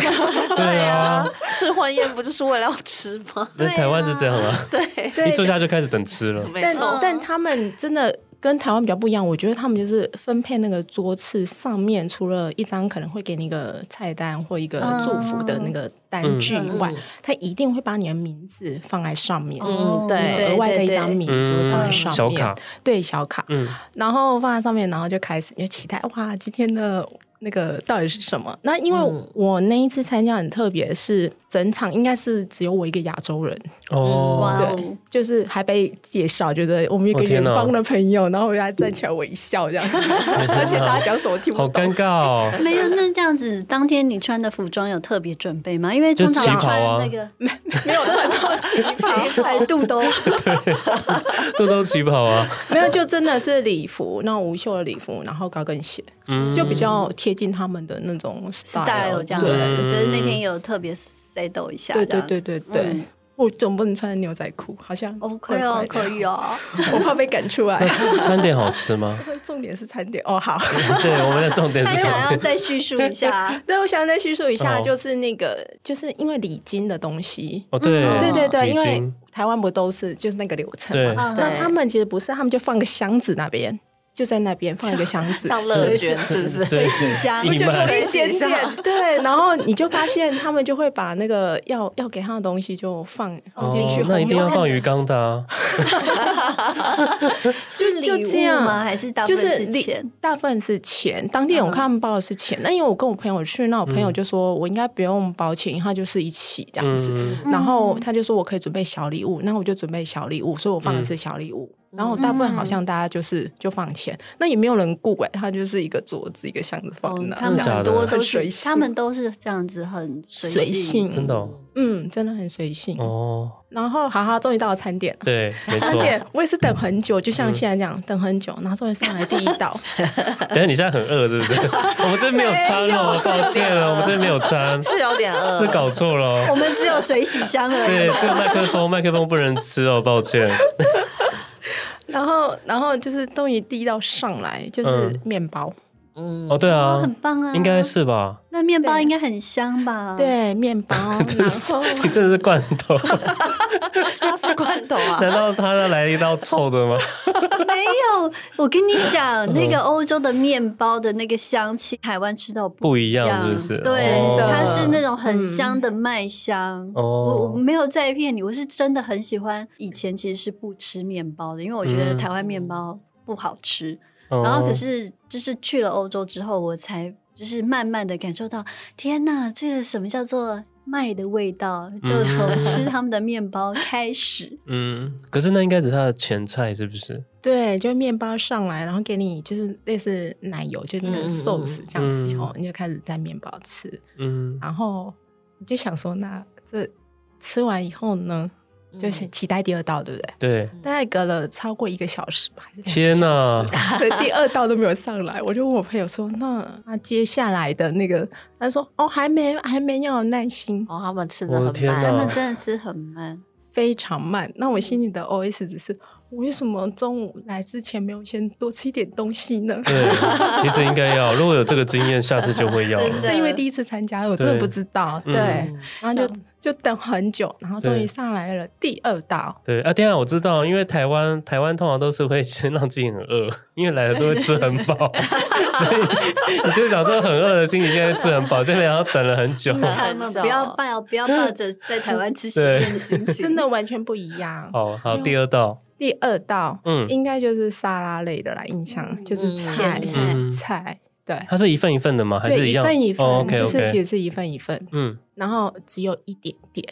S1: 对啊，，
S2: 吃婚宴不就是为了要吃吗？
S1: 那台湾是这样啊，
S2: 对，
S1: 一
S4: 对，
S1: 坐下就开始等吃了。
S2: 没
S4: 但
S2: 错。
S4: 但他们真的。跟台湾比较不一样，我觉得他们就是分配那个桌次上面，除了一张可能会给你一个菜单或一个祝福的那个单据以外，
S2: 嗯
S4: 他一定会把你的名字放在上面。
S2: 嗯，对，
S4: 额外的一张
S2: 对
S4: 名字会放在
S1: 嗯
S4: 上面，
S1: 小卡，
S4: 对小卡，
S1: 嗯
S4: 然后放在上面，然后就开始就期待哇，今天的那个到底是什么？那因
S2: 嗯
S4: 为我那一次参加很特别，是整场应该是只有我一个亚洲人，
S3: 哇
S1: 哦，
S3: 哦，
S4: 就是还被介绍，觉得我们有一
S1: 哦
S4: 个
S1: 天
S4: 远
S1: 哪
S4: 方的朋友，然后我还站起来微笑
S1: [LAUGHS]
S4: 这样，而且大家讲什么我听不
S1: 好
S4: 懂，
S1: 尴尬哦，
S3: [LAUGHS] 没有，那这样子，当天你穿的服装有特别准备吗？因为
S1: 就
S3: 通常
S1: 旗袍
S3: 穿
S1: 啊
S3: 那个
S4: 没有穿到旗
S3: [LAUGHS]
S4: 袍，百度都
S1: 豆豆起跑啊，
S4: 没有，就真的是礼服，那种无袖的礼服，然后高跟鞋，
S1: 嗯，
S4: 就比较贴近他们的那种 style
S3: style 这样子，
S4: 对
S1: 对
S3: 就是那天有特别 settle 一下这
S4: 对
S3: 样，
S4: 对对对对，
S3: 嗯
S4: 我总不能穿牛仔裤，好像
S3: ，OK 哦，可以
S4: 哦，
S3: 哦，
S4: [LAUGHS] 我怕被赶出来。
S1: 餐点好吃
S4: [LAUGHS]
S1: 吗？
S4: 重点是餐点哦，好。 [LAUGHS]，
S1: 对，我们的重点
S3: 他
S1: 是
S3: 想
S1: 餐
S3: 要
S1: 点，
S3: 再叙述一 [LAUGHS] 下
S4: 对，我想再叙述一下，
S1: 哦
S4: 就是那个，就是因为礼金的东西，
S1: 哦对
S3: 嗯
S4: 对对对，
S1: 礼
S4: 因为
S1: 金
S4: 台湾不都是就是那个流程
S1: 对
S4: 嘛？
S3: 嗯
S4: 那他们其实不是，他们就放个箱子那边，就在那边放一个箱子，
S2: 像乐园是不是？
S1: 对
S3: 纸箱
S1: 义
S4: 就
S1: 卖
S4: 有一点
S2: 随
S4: 点
S2: 手，
S4: 对，然后你就发现他们就会把那个要要给他的东西就放放进去，
S1: 哦那一定要
S4: 后面
S1: 放鱼缸的啊，
S3: 是
S4: 就
S3: 礼
S4: 这
S3: 物
S4: 样
S3: 吗？还是大部
S4: 就
S3: 分
S4: 是
S3: 是钱嗯
S4: 你？大部分是钱。当地我看他们包的是钱，那、因为我跟我朋友去，那我朋友就说我应该不用包钱，因为他就是一起这样子。
S1: 嗯嗯
S4: 然后他就说我可以准备小礼物，那我就准备小礼物，所以我放的
S1: 嗯
S4: 是小礼物。然
S3: 嗯
S4: 后大部分好像大家就是就放钱，那也没有人顾哎、他就是一个桌子一个箱子放
S3: 哦
S4: 那，，
S3: 他们
S4: 这样
S1: 假
S3: 很
S1: 的
S3: 多
S4: 很
S3: 都
S4: 随
S3: 是，
S4: 性
S3: 他们都是这样子，很
S4: 随
S3: 性。
S4: 性，
S1: 真的哦
S4: 嗯，真的很随性。
S1: 哦，
S4: 然后好好，终于到了餐点了。
S1: 对，啊
S3: [LAUGHS]
S1: 嗯没
S4: 餐
S1: 错。
S4: 点我也是等很久，就像现在这样、等很久，然后终于上来第一
S1: [LAUGHS]
S4: 道，
S1: 等一下你现在很饿是不
S3: [LAUGHS]
S1: 是？我们这边没有餐哦，抱歉了，我们这边没有
S3: [LAUGHS]
S1: 餐，
S2: [LAUGHS] 是有点饿，
S1: 是搞错了
S3: 啊我
S1: 哦。
S3: 们只有水洗
S1: [LAUGHS]
S3: 箱而
S1: 对，
S3: 已。
S1: 这个麦克风，麦克风不能吃哦，抱歉。
S4: 然后，然后就是终于第一道上来就是
S1: 嗯
S4: 面包，
S2: 嗯
S1: 哦，，对
S3: 哦，
S1: 啊，
S3: 很棒啊！
S1: 应该是吧？
S3: 那面包应该很香吧？，
S4: 对，面包，然后
S1: 你 [LAUGHS] 真的是罐头？ [LAUGHS]
S2: 它是罐头啊，
S1: 难道他要来一道臭的
S3: [LAUGHS]
S1: 吗？
S3: 没有，我跟你讲，那个
S1: 嗯
S3: 欧洲的面包的那个香气，台湾吃到不
S1: 不一样，是不是？
S3: 对
S1: 哦，
S4: 真的
S3: 它是那种很香的麦香。我我
S1: 哦，
S3: 没有在骗你，我是真的很喜欢。以前其实是不吃面包的，因为我觉得
S1: 嗯
S3: 台湾面包不好吃。
S1: 哦。
S3: 然后可是就是去了欧洲之后，我才就是慢慢的感受到，天哪，这个什么叫做麦的味道？就从吃他们的面包开始
S1: [LAUGHS] 嗯，可是那应该只是它的前菜，是不是？
S4: 对，就面包上来，然后给你就是类似奶油，就那
S2: 嗯嗯
S4: 个
S2: 嗯
S4: sauce 这样子以后，
S1: 嗯
S4: 你就开始蘸面包吃，
S1: 嗯，
S4: 然后你就想说，那这吃完以后呢，
S2: 嗯
S4: 就想期待第二道，对不对？
S1: 对，
S4: 大概隔了超过一个小时吧，还是两个
S1: 天
S4: 小
S1: 哪
S4: 时，对，第二道都没有上来，我就问我朋友说，那那接下来的那个，他说哦，还没，还没，要有耐心，
S2: 哦，他们吃的
S1: 我的
S2: 很
S1: 天
S2: 慢，
S1: 哪
S3: 他们真的吃很慢，
S4: 非常慢。那我心里的 OS 只是，我为什么中午来之前没有先多吃一点东西呢？
S3: [LAUGHS]
S1: 对，其实应该要，如果有这个经验，下次就会要
S2: 真
S1: 了。
S2: 的
S4: 是因为第一次参加，我真的
S1: 对
S4: 不知道。
S1: 嗯
S4: 对，然后就就等很久，然后终于上来了第二道。
S1: 对啊，天啊，我知道，因为台湾台湾通常都是会 [LAUGHS] 先让自己很饿，因为来的时候会吃很
S4: [LAUGHS]
S1: 饱，所以你就想说很饿的心情，现在吃很饱，这边然后等了很久。
S2: 嗯
S3: 他们不要抱不要抱着在台湾吃喜
S1: 对
S3: 宴的心情，
S4: 真的完全不一样。
S1: 好好，第二道，
S4: 第二道，
S1: 哦嗯
S4: 应该就是沙拉类的啦，印象
S3: 嗯
S4: 就是菜
S3: 嗯
S1: 嗯
S4: 菜，对
S1: 它是一份一份的吗？还是
S4: 对，
S1: 样？
S4: 份一份，
S1: o k
S4: 就是其
S1: OK，
S4: 实是一份一份，
S1: 嗯，
S4: 然后只有一点点，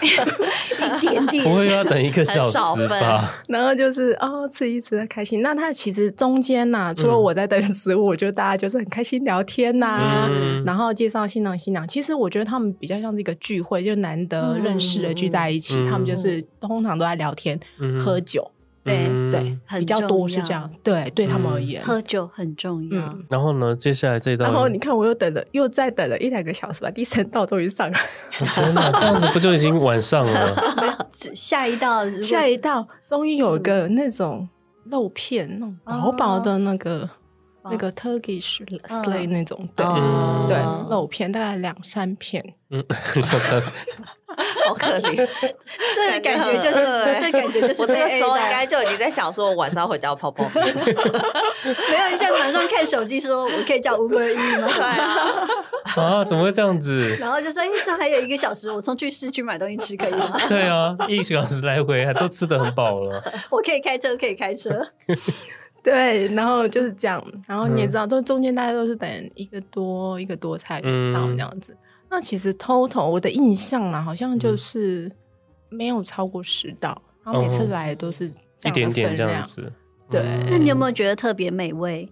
S4: 一点点
S1: 不会啊要等一个小
S2: 少
S1: 时
S2: 份
S1: 吧？
S4: 然后就是哦，吃一吃开心。那它其实中间呐、除了
S1: 嗯
S4: 我在等食物，我觉得大家就是很开心聊天呐、
S1: 嗯
S4: 啊然后介绍新郎新娘。其实我觉得他们比较像是一个聚会，就难得
S3: 嗯
S4: 认识的聚在一起，
S1: 嗯嗯嗯
S4: 他们就是通常都在聊天、
S1: 嗯
S4: 喝酒，
S3: 对
S1: 嗯
S4: 对，
S3: 很
S4: 比较多是
S3: 重要
S4: 这样。对，对他们而言。
S3: 喝酒很重要。
S4: 嗯
S1: 然后呢，接下来这一道呢，
S4: 然后你看，我又等了，又再等了一两个小时吧，第三道终于上来，
S1: 天哪，这样子不就已经晚上
S4: [LAUGHS]
S1: 了？ [LAUGHS]
S3: 下一道如果嗯
S4: 下一道终于有个那种肉片，那种薄
S3: 哦
S4: 薄的那个、那个 Turkish slay 那种，对。
S1: 嗯
S4: 对
S2: 哦，
S4: 肉片大概两三片，
S1: 嗯，
S2: 好可怜，
S3: 这感觉
S2: [LAUGHS]
S3: 就是
S2: 很饿欸
S3: 这感觉就是
S2: 我这
S3: 被
S2: 个
S3: A
S2: 时候
S3: 到
S2: 应该就已经在想说，我晚上回家要泡泡面。
S3: [LAUGHS] 没有一下马上看手机说我可以叫 Uber E 吗？
S2: 对啊，
S1: 啊，怎么会这样
S4: [LAUGHS]
S1: 子？
S3: 然后就说，哎，这还有一个小时，我从去市区买东西吃可以吗？ [LAUGHS]
S1: 对啊，一个小时来回还都吃的很饱了。
S3: 我可以开车，可以开车。
S4: [LAUGHS] 对，然后就是这样，然后你也
S1: 嗯
S4: 知道，都中间大家都是等一个多一个多菜
S1: 嗯
S4: 到这样子。那其实 total 我的印象啦，好像
S1: 嗯
S4: 就是没有超过十道，然后每次
S1: 哦
S4: 来都是这
S1: 一
S4: 样的
S1: 点点
S4: 分
S1: 这样
S4: 量
S1: 子。
S4: 对
S1: 嗯
S3: 那你有没有觉得特别美味？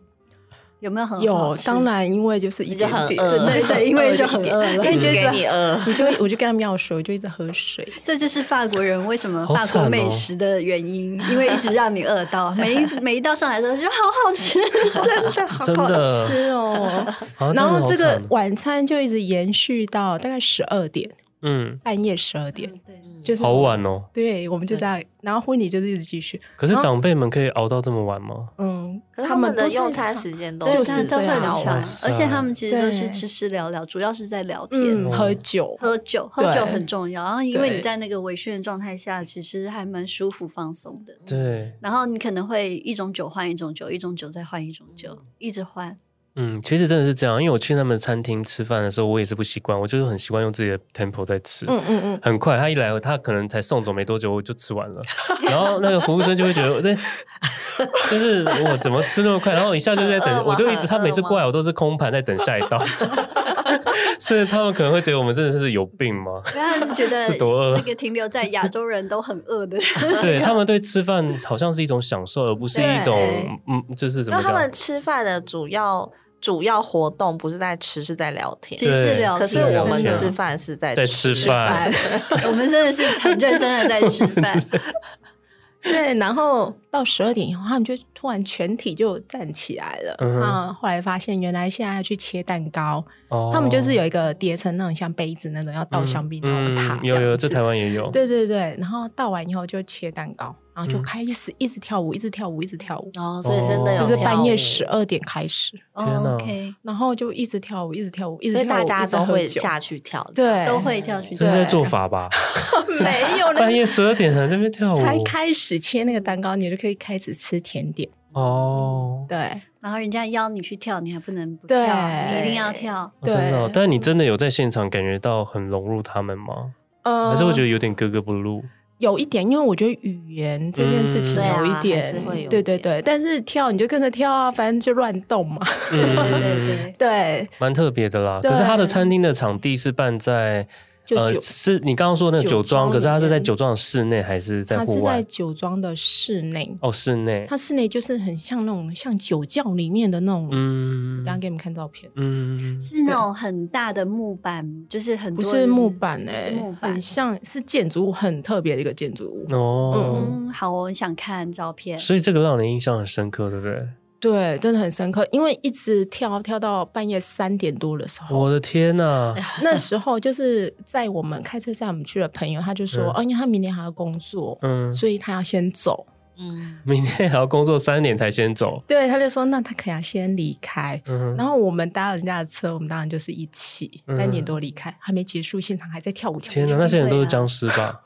S3: 有没有很嗯好
S4: 有，
S3: 吃
S4: 当，然因为就是一
S2: 你就
S4: 点
S2: 很
S4: 点，
S2: 饿
S4: 对对，因为就很饿
S3: 嗯
S4: 了， [LAUGHS]
S2: 一
S4: 因
S2: 直
S4: 为
S2: 给
S3: 啊
S4: 就
S2: 你
S4: 一直
S2: 饿。
S4: 你就会我就跟他们要水，我就一直喝水。
S3: 这就是法国人为什么
S1: 好
S3: 法
S1: 惨哦
S3: 国美食的原因，因为一直让你饿
S1: [LAUGHS]
S3: 到，每一每一道上来都说好好吃，
S4: 真的好
S1: 真
S4: 好
S1: 的
S4: 吃哦。
S1: 啊
S4: 然后
S1: 嗯
S4: 这，
S1: 真的好
S4: 个
S1: 惨
S4: 晚餐就一直延续到大概十二点，
S1: 嗯，
S4: 半夜十二点，
S3: 对
S4: 就是
S1: 好晚哦。
S4: 对，我们就在，然后婚礼就是一直继续，
S1: 可是长辈们可以熬到这么晚吗？
S4: 嗯，
S2: 可是他们
S4: 都
S2: 的
S4: 在
S2: 用餐
S4: 场
S2: 时间都
S3: 对，
S4: 就是
S3: 真的都
S4: 这样
S3: 很长
S2: 啊
S1: 哇，塞
S3: 而且他们其实都是
S4: 对
S3: 吃吃聊聊，主要是在聊天。
S1: 哦
S4: 嗯，喝酒，
S3: 喝酒，喝
S4: 对
S3: 酒很重要。然后，因为
S4: 对
S3: 你在那个微醺的状态下，其实还蛮舒服、放松的。
S1: 对，
S3: 然后你可能会一种酒换一种酒，一种酒再换一种酒，一直
S1: [LAUGHS]
S3: 换。
S1: 嗯，其实真的是这样，因为我去他们餐厅吃饭的时候，我也是不习惯，我就是很习惯用自己的 tempo 在吃。
S4: 嗯嗯嗯，
S1: 很快，他一来，他可能才送走没多久，我就吃完了。然后那个服务生就会觉得， [LAUGHS] 对，就是我怎么吃那么快？然后一下就在
S2: 很
S1: 等，
S2: 饿吗
S1: 我就一直，他每次
S2: 很饿吗
S1: 过来，我都是空盘在等下一道。所以他们可能会觉得我们真的是有病吗？
S3: 然后觉得
S1: 是多饿
S3: 那个停留在亚洲人都很
S1: [LAUGHS]
S3: 饿的，
S1: 对他们对吃
S4: [LAUGHS]
S1: 饭好像是一种享受，而不是一种
S2: 对
S1: 嗯，就是怎
S2: 因
S1: 么
S2: 为他
S1: 讲？
S2: 们吃饭的主要主要活动不是在吃，是在聊天
S3: 其。实是聊
S2: 可
S3: 天。
S2: 是我们
S1: 真的
S2: 吃饭是在
S1: 在吃饭，
S3: [LAUGHS] 我们真的是很认真的在吃饭。
S4: 对，然后到十二点以后，他们就突然全体就站起来了。
S1: 嗯哼
S4: 那后来发现，原来现在要去切蛋糕，
S1: 哦
S4: 他们就是有一个叠成那种像杯子那种要倒香槟然后塔
S1: 嗯，有有，在
S4: 这样子
S1: 台湾也有。
S4: 对对对，然后倒完以后就切蛋糕，然后就
S1: 嗯
S4: 开始一直跳舞，一直跳舞，一直跳舞，
S2: 哦，所以真的有
S1: 哦
S4: 就是半
S2: 跳
S4: 夜
S2: 舞
S4: 十，二点开始，
S1: 天哪
S3: o k
S4: 然后就一直跳舞，一直跳舞，一直
S2: 所以
S4: 跳舞，
S2: 大家
S4: 一直
S2: 都
S4: 喝
S2: 会
S4: 酒
S2: 下去跳啊这样，
S4: 对
S3: 都会跳
S2: [LAUGHS]
S3: 去
S1: 这是在
S4: 对
S1: 做法
S4: [LAUGHS]
S1: 吧？
S4: 没有
S1: 半
S4: 了。
S1: 夜十二点还在那边跳舞，
S4: 哦才开始切那个蛋糕，你就可以开始吃甜点。
S1: 哦，
S4: 对
S3: 然后人家邀你去跳，你还不能不跳，
S4: 对
S3: 你一定要跳。
S1: 真的哦。
S4: 对
S1: 但你真的有在现场感觉到很融入他们吗？
S4: 呃 [LAUGHS]
S1: 还是会觉得有点格格不入？
S4: 有一点，因为我觉得语言这件事
S1: 嗯
S4: 情有
S2: 对啊
S4: 一点
S2: 还，是会有
S4: 对
S2: 一点
S4: 对对。但是跳你就跟着跳啊，反正就乱动嘛。
S3: 对对
S1: 嗯，
S3: 对
S4: 对，
S1: 蛮特别的啦。
S4: 对啊
S1: 可是他的餐厅的场地是办在
S4: 就
S1: 呃，
S4: 酒
S1: 是你刚刚说的那个酒
S4: 酒
S1: 庄，
S4: 庄
S1: 可是它是在
S4: 里面
S1: 酒庄的室内还是在
S4: 它是
S1: 户
S4: 在
S1: 外？
S4: 酒庄的室内，
S1: 哦，室内。
S4: 它室内就是很像那种像酒窖里面的那种。
S1: 嗯
S4: 等一下给你们看照片，
S1: 嗯，
S3: 是那种很大的木板，就是很
S4: 不
S3: 多
S4: 是
S3: 人
S4: 木板
S3: 不
S4: 哎、
S3: 是木板
S4: 很。像是建筑物，很特别的一个建筑物。
S1: 哦，
S3: 嗯，好，我很想看照片。
S1: 所以这个让人印象很深刻，对不对？
S4: 对，真的很深刻，因为一直跳跳到半夜三点多的时候，
S1: 我的天呐！ [LAUGHS]
S4: 那时候就是在我们开车站我们去的朋友，他就说，
S1: 嗯
S4: 哦，因为他明天还要工作，
S1: 嗯，
S4: 所以他要先走。
S2: 嗯，
S1: 明天还要工作三点才先走。
S4: 对，他就说，那他可能要先离开。
S1: 嗯，
S4: 然后我们搭人家的车，我们当然就是一起，
S1: 嗯
S4: 三点多离开，还没结束，现场还在跳舞跳舞。
S1: 天呐，
S4: 跳舞
S1: 那
S4: [LAUGHS]
S1: 些人都是
S4: 对啊
S1: 僵尸
S3: [LAUGHS]
S1: 吧？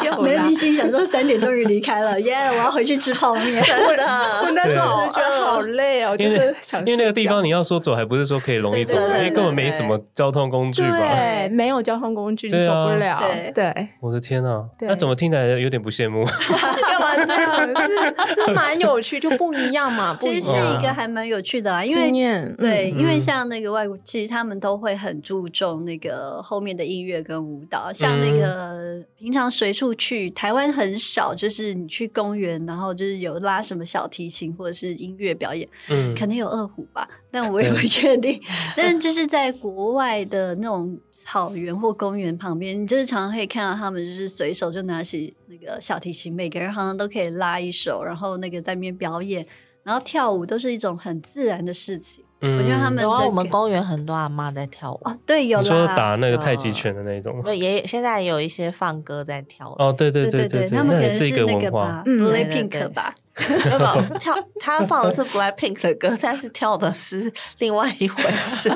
S4: 没有
S3: 没
S1: [LAUGHS]
S4: 啦
S3: 有，你心想说三点终于离开了，耶！我要回去吃泡面。
S2: 真的，
S4: 我那时候
S2: 好
S4: 真的觉得好
S2: 饿
S4: 累哦，就
S1: 因为
S4: 是想
S1: 因为那个地方
S4: 你
S1: 你要说走，还不是说可以容易走，
S2: 对
S1: 因
S2: 对对
S1: 为根本没
S2: 对
S1: 什么交通工具吧？
S4: 对没有交通工具，你
S1: 对
S4: 走
S1: 啊
S4: 不了。
S2: 对
S4: 对，
S1: 我的天呐，
S4: 对
S1: 那怎么听起来有点不羡慕？
S4: [LAUGHS] 干嘛这样？ [LAUGHS] 是是蛮有趣，就不一样 [LAUGHS] 嘛，不
S3: 其
S4: 一
S3: 实是
S4: 样。
S3: 一个还蛮有趣的、啊，因
S4: 经
S3: 为
S4: 验，
S3: 对，
S4: 嗯
S3: 因为
S1: 嗯
S3: 像那个外国，其实他们都会很注重那个后面的音乐跟舞蹈。像
S1: 嗯
S3: 那个平常随处去，台湾很少，就是你去公园，然后就是有拉什么小提琴或者是音乐表演，
S1: 嗯，
S3: 可能有二胡吧，但我也
S1: 对
S3: 不
S1: [LAUGHS]
S3: 确定。 [LAUGHS] 但就是在国外的那种草原或公园旁边，你就是常常可以看到他们就是随手就拿起那个小提琴，每个人好像都可以拉一首，然后那个在那边表演，然后跳舞都是一的很自然的事情。
S1: 我
S3: 我觉得他们
S2: 然啊后我们公园很多阿妈在跳舞，
S3: 哦，对，有
S1: 嗯你说
S3: 啦，
S1: 打那个太极拳的那 [LAUGHS] 种吗
S2: 那、也现在也有一些放歌在跳的，
S1: 哦，对对对
S3: 对
S1: 对，
S3: 对，他们可
S1: 也
S3: 能
S1: 是一
S3: 是那
S1: 文
S3: 个
S1: 化
S3: 吧。
S4: 嗯对
S2: 对对
S3: ，BLACKPINK 吧，
S2: [LAUGHS] 没有没有跳，他放的是 BLACKPINK 的歌，但是跳的是另外一回
S1: [LAUGHS]
S2: 事。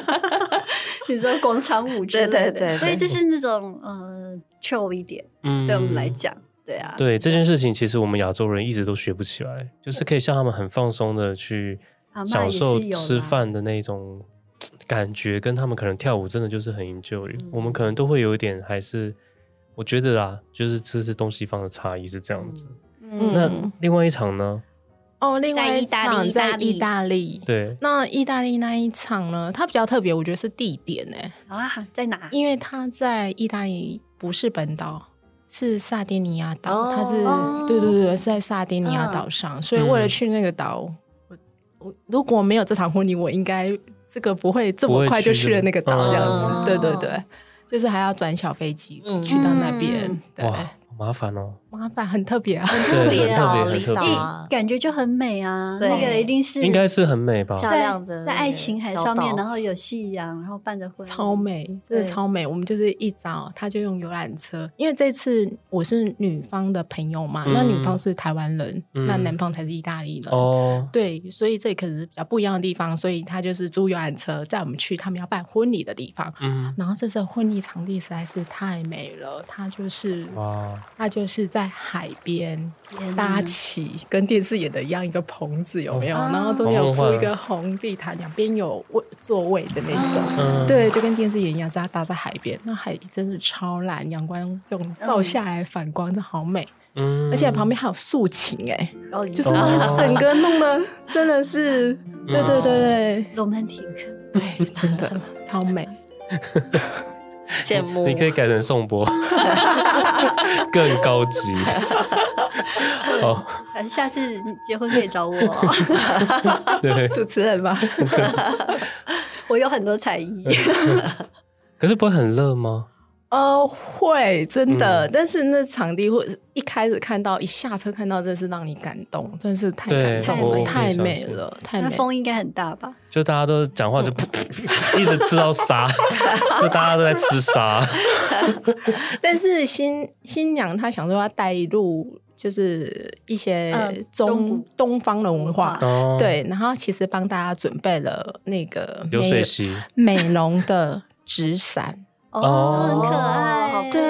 S3: 你知道广场舞之
S2: 对
S3: 类
S2: 对
S3: 的，
S2: 对对
S3: 对，就是那种呃 chill 一点，
S1: 嗯
S3: 对我们来。讲，对啊，
S1: 对这件事情，其实我们亚洲人一直都学不起来，就是可以像他们很放松的去
S4: 啊
S3: 阿嬷
S1: 享
S3: 也是
S1: 受
S3: 有
S1: 吃
S3: 啦
S1: 饭的那种感觉，跟他们可能跳舞真的就是很 enjoy、
S2: 嗯
S1: 我们可能都会有一点，还是我觉得啊，就是这是东西方的差异是这样子。
S3: 嗯
S1: 那另外一场呢？
S4: 哦，另外一场
S3: 在意
S4: 在
S3: 大利
S4: 意大利。
S1: 对，
S4: 那意大利那一场呢？它比较特别，我觉得是地点呢、
S3: 啊，在哪？
S4: 因为它在意大利不是本岛，是撒丁尼亚岛。
S2: 哦
S4: 它是对对对，是在撒丁尼
S3: 嗯
S4: 亚岛上，所以为
S1: 嗯
S4: 了去那个岛，我我如果没有这场婚礼，我应该这个不会这
S1: 不
S4: 么
S1: 会
S4: 快就
S1: 去
S4: 去
S1: 这
S4: 了那个岛
S1: 嗯
S4: 这样子。
S2: 哦
S4: 对对对，就是还要转小飞机
S2: 嗯
S4: 去到那边。
S3: 嗯
S4: 对
S1: 哇，，好麻烦哦。
S4: 麻烦很特别啊。
S1: 对，
S2: 离
S1: 很特
S2: 岛
S1: 别，很
S2: 离
S1: 特
S2: 岛
S1: 别，
S2: 啊，
S3: 感觉就很美啊，
S2: 对
S3: 那个一定是
S1: 应该是很美吧？
S2: 漂亮的
S3: 在爱琴海上
S2: 小
S3: 面，
S2: 岛
S3: 然后有夕阳，然后伴着婚，
S4: 超。美，真的
S3: 对
S4: 超美。我们就是一早他就用游览车，因为这次我是女方的朋友嘛，
S1: 嗯
S4: 那女方是台湾人，
S1: 嗯
S4: 那男方才是意大利人。
S1: 哦，
S4: 对，所以这可能是比较不一样的地方，所以他就是租游览车载我们去他们要办婚礼的地方。
S1: 嗯，
S4: 然后这次的婚礼场地实在是太美了，它就是
S1: 哇，
S4: 它就是在海边
S3: 天哪
S4: 搭起，跟电视演的一样，一个棚子有没有？
S3: 哦
S4: 然后中间有
S1: 红红
S4: 铺
S1: 花
S4: 一个红地毯，两边有位座位的
S3: 啊
S4: 那种。
S1: 嗯，
S4: 对，就跟电视演一样，是它搭在海边，那海真是超蓝，阳光这种照下来反光，真的好美。
S1: 嗯，
S4: 而且旁边还有竖琴，哎，
S3: 哦，
S4: 就是
S1: 哦
S4: 整个弄的真的是，
S1: 嗯
S4: 对对对
S3: 罗曼蒂克，
S4: 对嗯对，真的 [LAUGHS] 超美。
S2: 羡慕
S1: 你可以改成宋波，更高级。哦，
S3: 呃下次你结婚可以找我 [LAUGHS] 哦，
S1: 对，
S4: 主持人吧，
S3: 我有很多才艺。
S4: 嗯
S1: 可是不会很热吗？
S4: 呃，会真的，
S1: 嗯
S4: 但是那场地会一开始看到，一下车看到，真是让你感动，真是太
S1: 对
S4: 感动
S3: 我
S4: 了，
S3: 我
S1: 可
S4: 太
S1: 以相
S4: 美
S1: 信
S4: 了，太
S3: 那
S4: 美了。
S3: 风应该很大吧？
S1: 就大家都讲话就 [LAUGHS] 一直吃到沙，就大家都在吃沙。
S4: 但是新新娘她想说要带入，就是一些
S3: 嗯
S4: 呃中、
S3: 中古
S4: 东方的文化，
S1: 哦，，
S4: 对。然后其实帮大家准备了那个
S1: 流水
S4: 美
S1: 席。
S4: 美容的纸伞，
S1: 哦
S3: 很可爱，
S2: 好酷哦
S4: 对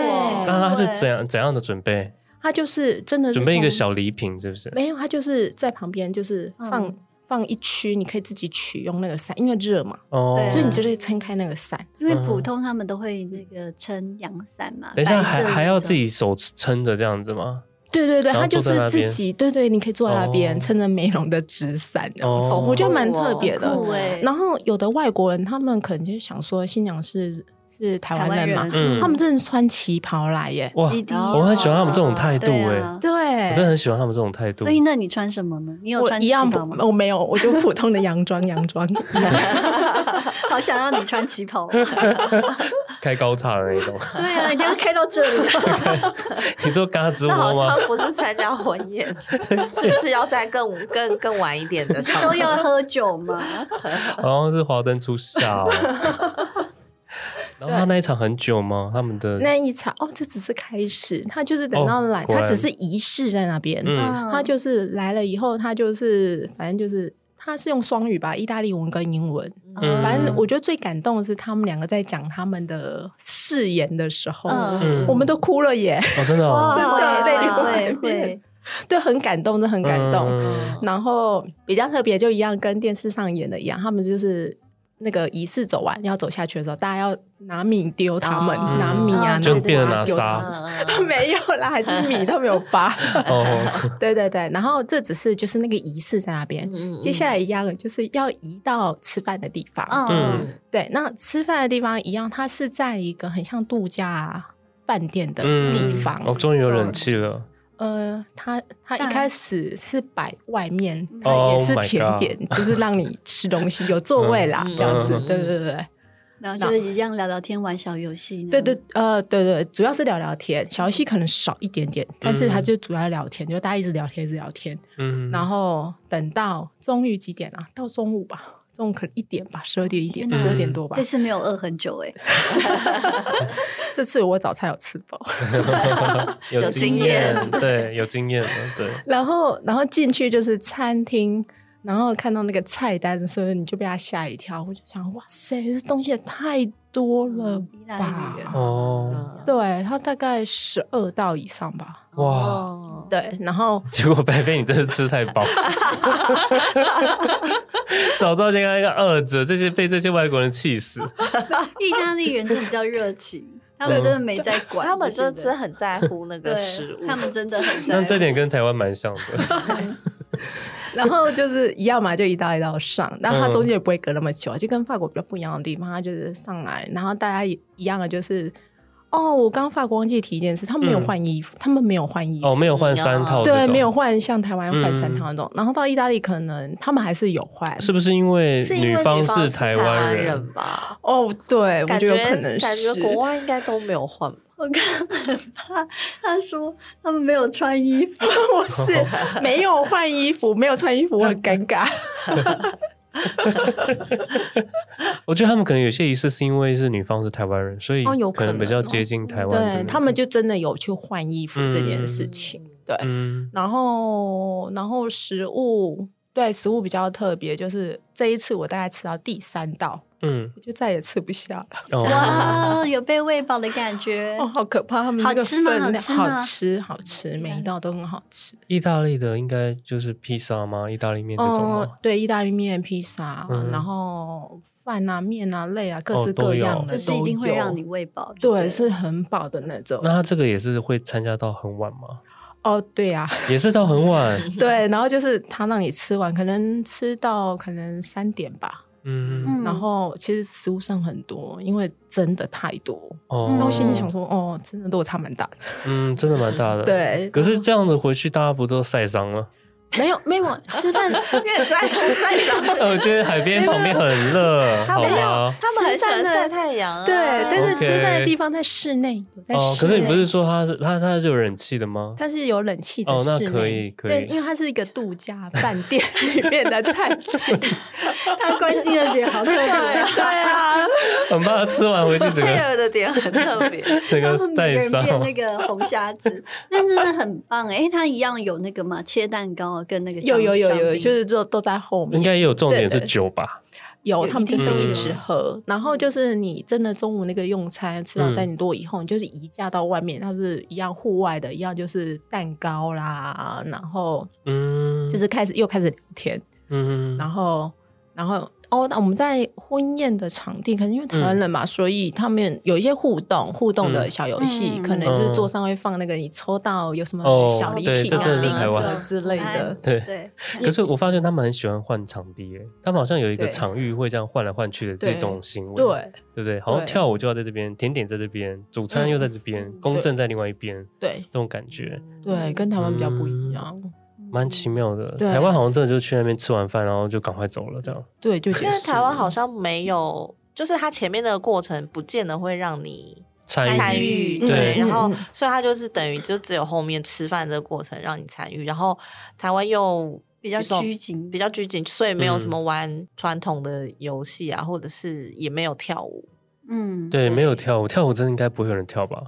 S1: 那他是怎
S3: 样？
S1: 样怎样的准备？
S4: [LAUGHS] 它就是真的是
S1: 准备一个
S4: 从
S1: 小礼品，是不是？
S4: 没有，它就是在旁边就是放、
S3: 嗯
S4: 放一区，你可以自己取用那个伞，因为热嘛，
S1: 哦
S3: 对啊
S4: 所以你就是撑开那个伞。
S3: 因为
S1: 嗯
S3: 普通他们都会那个撑阳伞嘛。
S1: 等一下
S3: 白色
S1: 还
S3: 的
S1: 还
S3: 那
S1: 要
S3: 种
S1: 自己手撑着这样子吗？
S4: 对对对，
S1: 然后
S4: 它就
S1: 坐在
S4: 是
S1: 那
S4: 自
S1: 边
S4: 己，对对，你可以坐在那边，
S1: 哦
S4: 撑着梅龙的纸伞这样子，
S1: 哦
S4: 我觉得蛮
S2: 好酷哦
S4: 特别的。
S3: 很酷欸
S4: 然后有的外国人，他们可能就想说新娘是是台湾
S3: 台湾
S4: 人嘛
S3: 人，，
S1: 嗯
S4: 他们真的穿旗袍来耶，
S1: 哇，
S3: 一定
S1: 我很喜欢他们这种态度
S3: 对
S1: 哎、
S3: 啊。
S4: 对，
S1: 我真的很喜欢他们这种态度
S3: 所。以那你穿什么呢？你有
S4: 我
S3: 穿
S4: 一样
S3: 旗
S4: 不
S3: 袍吗，？
S4: 我没有，我就普通的洋装，洋
S3: [LAUGHS]
S4: 装。
S3: 好想要你穿旗袍哦。
S1: 开高叉的那种。
S3: 对啊，一定要开到
S1: [LAUGHS]
S3: 这里。
S1: 你说嘎吱窝
S2: 那好
S1: 吗？
S2: 像不是参加婚
S1: [LAUGHS]
S2: 宴，是不是要在更更更晚一点的嗯场合
S3: 都？要喝酒
S4: [LAUGHS]
S3: 吗？
S1: [LAUGHS] 好像是华灯初上。然后他那一场很久吗？他们的
S4: 那一场哦，这只是开始，他就是等到
S1: 哦
S4: 来，
S1: 果
S4: 他
S1: 然
S4: 只是仪式在那边，
S1: 嗯
S4: 他就是来了以后，他就是反正就是他是用双语吧，意大利文跟英文。
S1: 嗯
S4: 反正我觉得最感动的是他们两个在讲他们的誓言的时候，
S1: 嗯
S4: 我们都哭了耶， [LAUGHS]
S1: 哦，真的哦，
S4: 真的泪流
S3: 会
S4: 满
S3: 会
S4: 面，对，很感动，真的很感动。
S1: 嗯
S4: 然后比较特别，就一样跟电视上演的一样，他们就是那个仪式走完要走下去的时候，大家要拿米丢他们，
S2: 哦
S4: 拿米啊，
S3: 嗯
S4: 拿
S3: 就变
S1: 成拿 [LAUGHS]
S4: 丢他
S1: 沙
S4: 们 [LAUGHS]
S2: 嗯
S4: 没有啦，还是米都没有
S2: [LAUGHS]
S4: 发。 [LAUGHS]
S1: 哦，
S4: 对对对，然后这只是就是那个仪式在那边，
S2: 嗯
S4: 接下来一样就是要移到吃饭的地方。
S1: 嗯
S3: 嗯，
S4: 对，那吃饭的地方一样，它是在一个很像度假饭店的
S1: 嗯，
S4: 地方。
S1: 哦，终于有人气了，
S4: 呃，它它
S3: 当
S4: 一
S3: 然
S4: 开始是摆外面，它
S1: 哦
S4: 也是
S1: my
S4: 甜
S1: God
S4: 点，就是让你吃东西，有座位
S1: [LAUGHS]
S4: 啦，
S2: 嗯
S4: 这样子。
S1: 嗯
S4: 对对对对
S3: 然后就是一样聊聊天、玩小游戏
S4: 对
S3: 那样。
S4: 对，呃，对对，主要是聊聊天，小游戏可能少一点点，但是它
S1: 嗯
S4: 就主要聊天，就大家一直聊天，一直聊天。
S1: 嗯， [LAUGHS]
S4: 然后等到终于几点啊？到中午吧，中午可能一点吧，十二点一点，
S3: 天
S4: 十
S1: 哪
S4: 二点多吧
S1: 嗯
S3: 这。次没有饿很久哎。
S4: 这次我早餐有吃饱，
S1: 有
S2: 有
S1: 经
S2: 经验
S1: 验，对，有经验了，对，
S4: 然后然后进去就是餐厅，然后看到那个菜单的时候，你就被他吓一跳。我就想，哇塞，这东西也太多了
S3: 意大利人
S4: 吧！
S1: 哦，
S2: 嗯
S4: 对，它大概十二道以上吧。
S1: 哇，
S2: 哦，
S4: 对，然后
S1: 结果白费你真的吃太
S4: [LAUGHS]
S1: 饱，早知道先当一个饿着，这些被这些外国人气死，
S3: 意大利人就比较热情，他们真的没在管，
S2: 他们就
S3: 对
S2: 真的很在乎那
S3: 对
S2: 个食物，
S3: 他们真的很在
S1: 那
S3: 乎。
S1: 这点跟台湾蛮像
S4: [LAUGHS]
S1: 的，
S4: 然后就是一样嘛，就一道一道上，但它中间也不会隔那么久，就跟法国比较不一样的地方，它就是上来，然后大家也一样的就是，哦，我刚刚法国忘记提一件事，他们没有
S1: 嗯
S4: 换衣服，他们没有换衣服，
S1: 哦，没有换三套这种，
S4: 对，没有换像台湾换三
S1: 嗯
S4: 套那种，然后到意大利可能他们还是有换，
S1: 是不是因为
S2: 是因为
S1: 方
S2: 是
S1: 台
S2: 湾
S1: 人？
S2: 吧？
S4: 哦，对，我
S2: 感
S4: 觉
S2: 觉
S4: 得有可能
S2: 感
S4: 是
S2: 觉。国外应该都没有换吧？
S3: 我看很怕，他说他们没有穿衣
S4: [LAUGHS]
S3: 服，
S4: 我
S1: [LAUGHS]
S3: [LAUGHS]
S4: 是没有换衣服，没有穿衣服，我很尴尬。
S1: 我觉得他们可能有些仪式是因为是女方是台湾人，所以
S4: 哦有
S1: 可
S4: 可
S1: 能比
S4: 能
S1: 较
S4: 哦
S1: 接近台湾的那
S4: 对
S1: 个。
S4: 他们就真的有去换衣服这件事
S2: 嗯
S4: 情，对，
S1: 嗯
S4: 然后，然后食物，对食物比较特别，就是这一次我大概吃到第三道，
S1: 嗯
S4: 我就再也吃不下了。
S1: 哦，
S3: 哇，有被喂饱的感觉
S4: 哦，。好可怕！他们
S3: 嗯好
S4: 那个
S3: 吃吗
S4: 分
S3: 好
S4: 量
S3: 吃
S4: 好
S3: 吗
S4: 吃，好吃，每一道都很好吃。
S1: 意大利的应该就是披萨吗？意大利面这种
S4: 哦
S1: 吗？，
S4: 对，意大利面、披萨，啊
S1: 嗯
S4: 然后饭啊、面啊、类啊，各
S1: 哦
S4: 式
S1: 都
S4: 各
S1: 有
S4: 样的
S3: 就
S4: 都
S3: 是一定会
S4: 有
S3: 让你喂饱，不
S4: 对，是很饱的那种
S1: 那。他这个也是会参加到很晚吗？
S4: 哦，对 [LAUGHS] 啊，
S1: 也是到很
S4: [LAUGHS]
S1: 晚，
S4: 对，然后就是他让你吃完，可能吃到可能三点吧。
S1: 嗯
S3: 嗯
S4: 然后其实食物剩很多，因为真的太多。
S1: 哦，
S4: 那我嗯心里想说，哦，真的落差蛮大的。
S1: 嗯，真的蛮大的。，
S4: 对，
S1: 可是这样子回去大家不都晒伤了？ [LAUGHS]
S4: 没有没有吃 [LAUGHS] 饭，
S2: 因为 [LAUGHS] 在乎晒伤，
S1: 我觉得海边旁边很热，
S4: [LAUGHS] 他
S1: 好
S4: 没有
S1: 吗？
S2: [LAUGHS] 他们很喜欢晒太阳啊。
S4: 对，但是
S1: OK
S4: 吃饭的地方在室内，有在室内。
S1: 哦，可是你不是说他是他他是有冷气的吗？
S4: 它是有冷气的
S1: 哦那
S4: 室内，
S1: 可以可以
S4: 对，因为它是一个度假饭
S1: [LAUGHS]
S4: 店里面的菜品。
S3: 他关心的点好特
S2: 对
S3: 别。
S2: 啊
S4: [LAUGHS] 对啊，
S1: [LAUGHS] 很怕吃完回去
S2: [LAUGHS]
S1: 整
S2: 配
S1: 个
S2: 合的点很特别，
S1: 整
S3: 他
S1: 个
S3: 们每
S1: 晒
S3: 个人
S1: 伤。
S3: 变那个红虾
S4: [LAUGHS]
S3: 子，但真的很棒哎！他一样有那个嘛，切蛋糕啊跟那个
S4: 有有有
S3: 香
S4: 有，
S3: 槟
S4: 就是都都在后
S1: 应
S4: 面。
S1: 该也有重点
S4: 对
S1: 是
S4: 对
S1: 酒吧，
S2: 有
S4: 有，他们就是
S1: 一定
S4: 一
S1: 有
S4: 直喝，然后就是你真的中午那个用餐吃到
S1: 嗯
S4: 三点多以后，你就是移驾到外面，它是一样户外的，一样就是蛋糕啦，然后
S1: 嗯，
S4: 就是开始又开始聊天，
S1: 嗯
S4: 然后，然后哦，那我们在婚宴的场地，可能因为台
S1: 嗯
S4: 湾人嘛，所以他们有一些互动互动的小游戏，
S3: 嗯
S4: 可能就是
S1: 嗯
S4: 桌上会放那个你抽到有什么
S1: 哦
S4: 小礼
S1: 对
S4: 品
S1: 这真的是
S4: 啊
S1: 台湾
S4: 什么之类的。
S1: 对
S3: 对，
S1: 可是我发现他们很喜欢换场地耶，他们好像有一个
S4: 对
S1: 场域会这样换来换去的这
S4: 对
S1: 种行为，
S4: 对
S1: 对不对？好像
S4: 对
S1: 跳舞就要在这边，甜点在这边，主餐又在这边，公正在另外一边，
S4: 对
S1: 这种感
S2: [LAUGHS]
S1: 觉
S4: 对，跟台湾比较不
S1: 嗯
S4: 一样。
S1: 蛮奇妙的。
S4: 对
S1: 台湾好像真的就去那边吃完饭，然后就赶快走了这样。
S4: 对，就
S2: 因
S4: 觉
S2: 为
S4: 得
S2: 台湾好像没有，就是它前面的过程不见得会让你参
S1: 参与，
S2: 与，
S1: 嗯对
S2: 然后
S4: 嗯嗯
S2: 所以它就是等于就只有后面吃饭这个过程让你参与，然后台湾又
S3: 比较
S2: 比较
S3: 拘谨，
S2: 比较拘谨，所以没有什么玩传统的游戏啊，或者是也没有跳舞，
S3: 嗯，
S1: 对，没有跳舞，跳舞真的应该不会有人跳吧？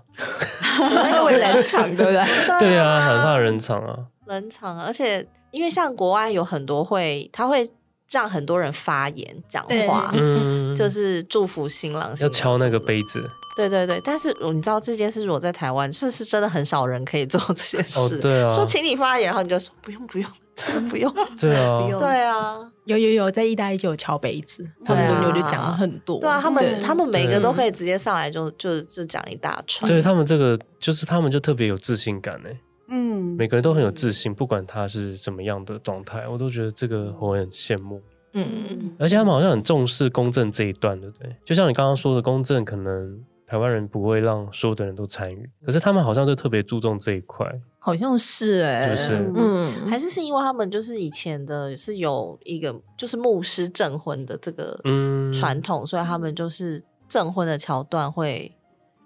S4: 有冷场，对不对？
S1: 对啊，很怕人场啊。
S2: 冷场啊，而且因为像国外有很多会，他会让很多人发言讲话。
S3: 对
S1: 嗯，
S2: 就是祝福新郎，新
S1: 要
S2: 娘
S1: 敲那个
S2: 什么的
S1: 杯子。
S2: 对对对，但是我你知道这件事，如果在台湾，就是真的很少人可以做这件事。
S1: 哦，对啊，
S2: 说请你发言，然后你就说不用不用，真的不
S4: [LAUGHS]
S2: 用。
S1: 对啊
S3: 不，用
S2: 对啊，
S4: [LAUGHS] 有有有，在意大利就有敲杯子，他
S1: 对啊
S4: 们轮流就讲了很多。
S2: 对啊，他们他们每个
S1: 对
S2: 都可以直接上来就就就讲一大串。
S1: 对他们这个就是他们就特别有自信感哎。
S3: 嗯，
S1: 每个人都很有自信，不管他是怎么样的状态，我都觉得这个我很羡慕。
S4: 嗯，
S1: 而且他们好像很重视公正这一段，对不对？就像你刚刚说的，公正可能台湾人不会让所有的人都参与，可是他们好像就特别注重这一块，
S4: 好像是
S1: 是
S4: 哎，
S1: 不是？
S4: 嗯，
S2: 还是是因为他们就是以前的是有一个就是牧师证婚的这个
S1: 嗯，
S2: 传统，所以他们就是证婚的桥段会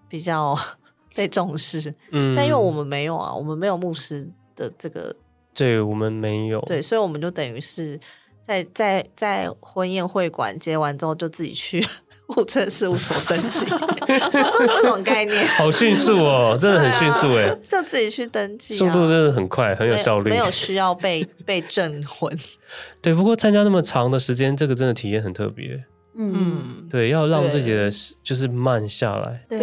S2: 比较 [LAUGHS] 被重视。
S1: 嗯
S2: 但因为我们没有啊，我们没有牧师的这个
S1: 对我们没有，
S2: 对，所以我们就等于是在在在婚宴会馆接完之后，就自己去 [LAUGHS] 户政事务所登记，就这种概念，
S1: 好迅速
S2: [LAUGHS]
S1: 哦，真的很迅速哎，
S2: 就自己去登记、啊，
S1: 速度真的很快，很有效率
S2: 啊没，有需要被被证婚。
S1: 对。不过参加那么长的时间，这个真的体验很特别，
S3: 嗯，
S4: 嗯，
S1: 对，要让自己的
S4: 对
S1: 就是慢下来，
S4: 对，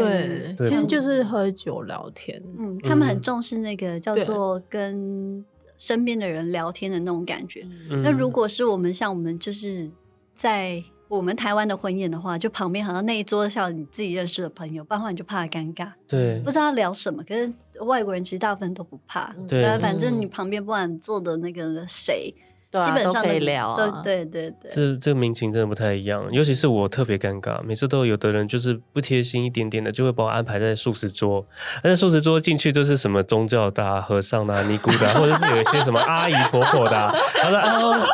S1: 对
S4: 其实就是喝酒聊天。
S3: 嗯，他们很
S1: 嗯
S3: 重视那个叫
S4: 对
S3: 做跟身边的人聊天的那种感觉。
S1: 嗯
S3: 那如果是我们像我们就是在我们台湾的婚宴的话，就旁边好像那一桌像你自己认识的朋友，不然的话你就怕尴尬，
S1: 嗯对
S3: 不知道聊什么。可是外国人其实大部分都不怕，
S1: 对
S3: 呃反正你旁边不管坐的那个谁，
S2: 嗯对啊，
S3: 基本上
S2: 都可以
S3: 都
S2: 聊啊。
S3: 对对对对，
S1: 这这个民情真的不太一样，尤其是我特别尴尬，每次都有的人就是不贴心一点点的，就会把我安排在素食桌，但是素食桌进去都是什么宗教的、啊、和尚的、啊、尼姑的、啊，或者是有一些什么阿姨婆婆的、啊，他说啊、哦，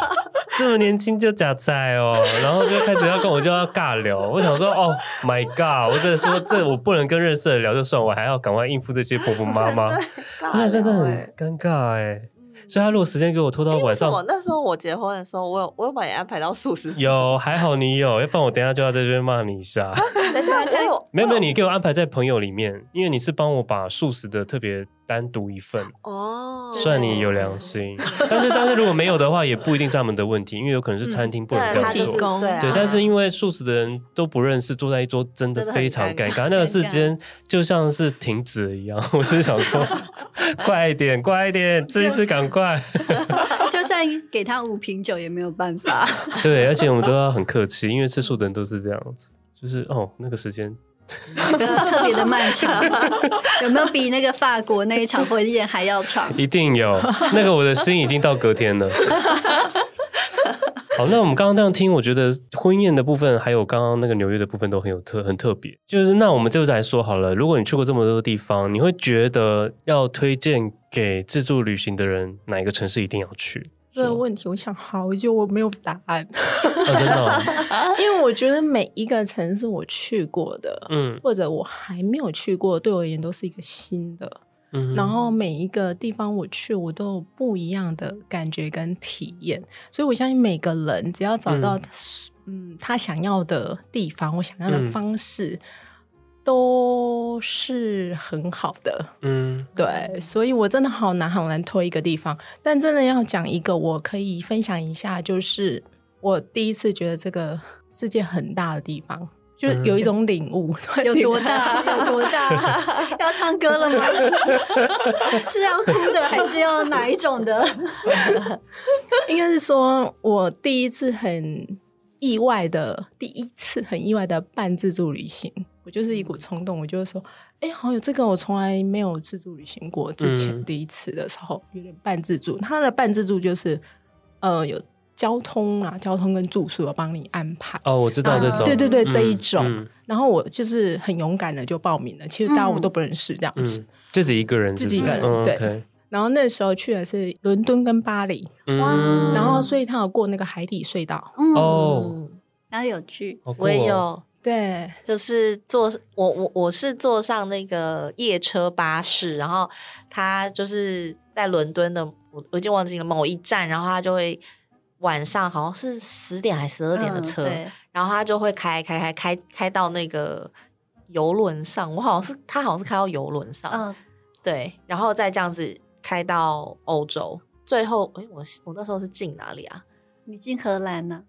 S1: 这么年轻就假菜哦，然后就开始要跟我就要尬聊，我想说哦 my god，我真的说这我不能跟认识的聊就算，我还要赶快应付这些婆婆妈妈，啊那哎真的很尴尬哎、
S2: 嗯
S1: 所以他如果时间给我拖到晚上
S2: 哎我那时候我结婚的时候，我有我有把你安排到素食，
S1: 有，还好你有，要不然我等一下就要在这边骂你一
S2: [LAUGHS]
S1: 下。
S2: 等
S3: [LAUGHS] 啊
S2: 一下我有
S1: 没有没有，你给我安排在朋友里面，因为你是帮我把素食的特别单独一份，
S2: 哦，
S1: 算你有良
S2: [LAUGHS]
S1: 心。但是但是如果没有的话，也不一定是他们的问题，因为有可能是餐厅不
S2: 对
S1: 能
S2: 啊，
S1: 这
S2: 他
S1: 样做
S2: 就是。
S4: 提供
S2: 对啊，
S1: 对，但是因为素食的人都不认识，坐在一桌真的
S2: 真的很
S1: 非常尴
S2: 尴
S1: 尬，那个时间就像是停止了一样。我只是想
S2: [LAUGHS]
S1: 说， [LAUGHS] 快一点，快一点，这一次赶快。
S3: 就算给他五瓶酒也没有办法。 [LAUGHS]
S1: 对，而且我们都要很客气，因为吃素的人都是这样子，就是哦，那个时间
S3: 特别的漫
S1: [LAUGHS]
S3: 长，有没有比那个法国那一场婚宴还要长？
S1: 一定有， [LAUGHS] 那个我的心已经到隔天了。 [LAUGHS] 好，那我们刚刚这样听，我觉得婚宴的部分，还有刚刚那个纽约的部分都很有特很特别。就是那我们就来说好了，如果你去过这么多地方，你会觉得要推荐给自助旅行的人哪一个城市一定要去？
S4: 这个问题我想好久，我没有答案，
S1: 啊，真的
S4: [LAUGHS]
S1: 哦、
S4: 因为我觉得每一个城市我去过的，
S1: 嗯
S4: 或者我还没有去过，对我而言都是一个新的。
S1: 嗯，
S4: 然后每一个地方我去，我都有不一样的感觉跟体验，所以我相信每个人只要找到
S1: 嗯
S4: 嗯他想要的地方，我想要
S1: 嗯
S4: 的方式，都是很好的。
S1: 嗯
S4: 对，所以我真的好难好难推一个地方，但真的要讲一个，我可以分享一下，就是我第一次觉得这个世界很大的地方，就
S1: 嗯
S4: 有一种领悟， [LAUGHS]
S3: [LAUGHS] 有多大？有多大？ [LAUGHS] 要唱歌了吗？是要哭的，还是要哪一种的？
S4: [LAUGHS] 应该是说我第一次很意外的，第一次很意外的半自助旅行，我就是一
S1: 嗯
S4: 股冲动，我就是说，哎、好有这个我从来没有自助旅行过，之前
S1: 嗯
S4: 第一次的时候有点半自助，它的半自助就是呃有交通啊，交通跟住宿有帮你安排。
S1: 哦，我知道这种，
S4: 对对对，这一
S1: 嗯
S4: 种，
S1: 嗯
S4: 然后我就是很勇敢的就报名了，其实大家我都不认识这样子。
S1: 嗯，自己一个人是
S4: 自
S1: 不是，
S4: 己一个人
S1: 嗯
S4: 对
S1: OK
S4: 然后那时候去的是伦敦跟巴黎，
S1: 嗯，
S4: 然后所以他有过那个海底隧道，
S3: 嗯，
S1: 哦，
S2: 嗯，
S3: 然后有去
S1: 好酷
S2: 我也
S1: 哦，
S2: 有，
S4: 对，
S2: 就是坐我我我是坐上那个夜车巴士，然后它就是在伦敦的，我我已经忘记了某一站，然后它就会晚上好像是十点还是十二点的
S3: 嗯
S2: 车，
S3: 对
S2: 然后他就会开开开开开到那个游轮上，我好像是他好像是开到游轮上，
S3: 嗯，
S2: 对，然后再这样子开到欧洲，最后诶，我是我那时候是进哪里啊？
S3: 你进荷兰呢？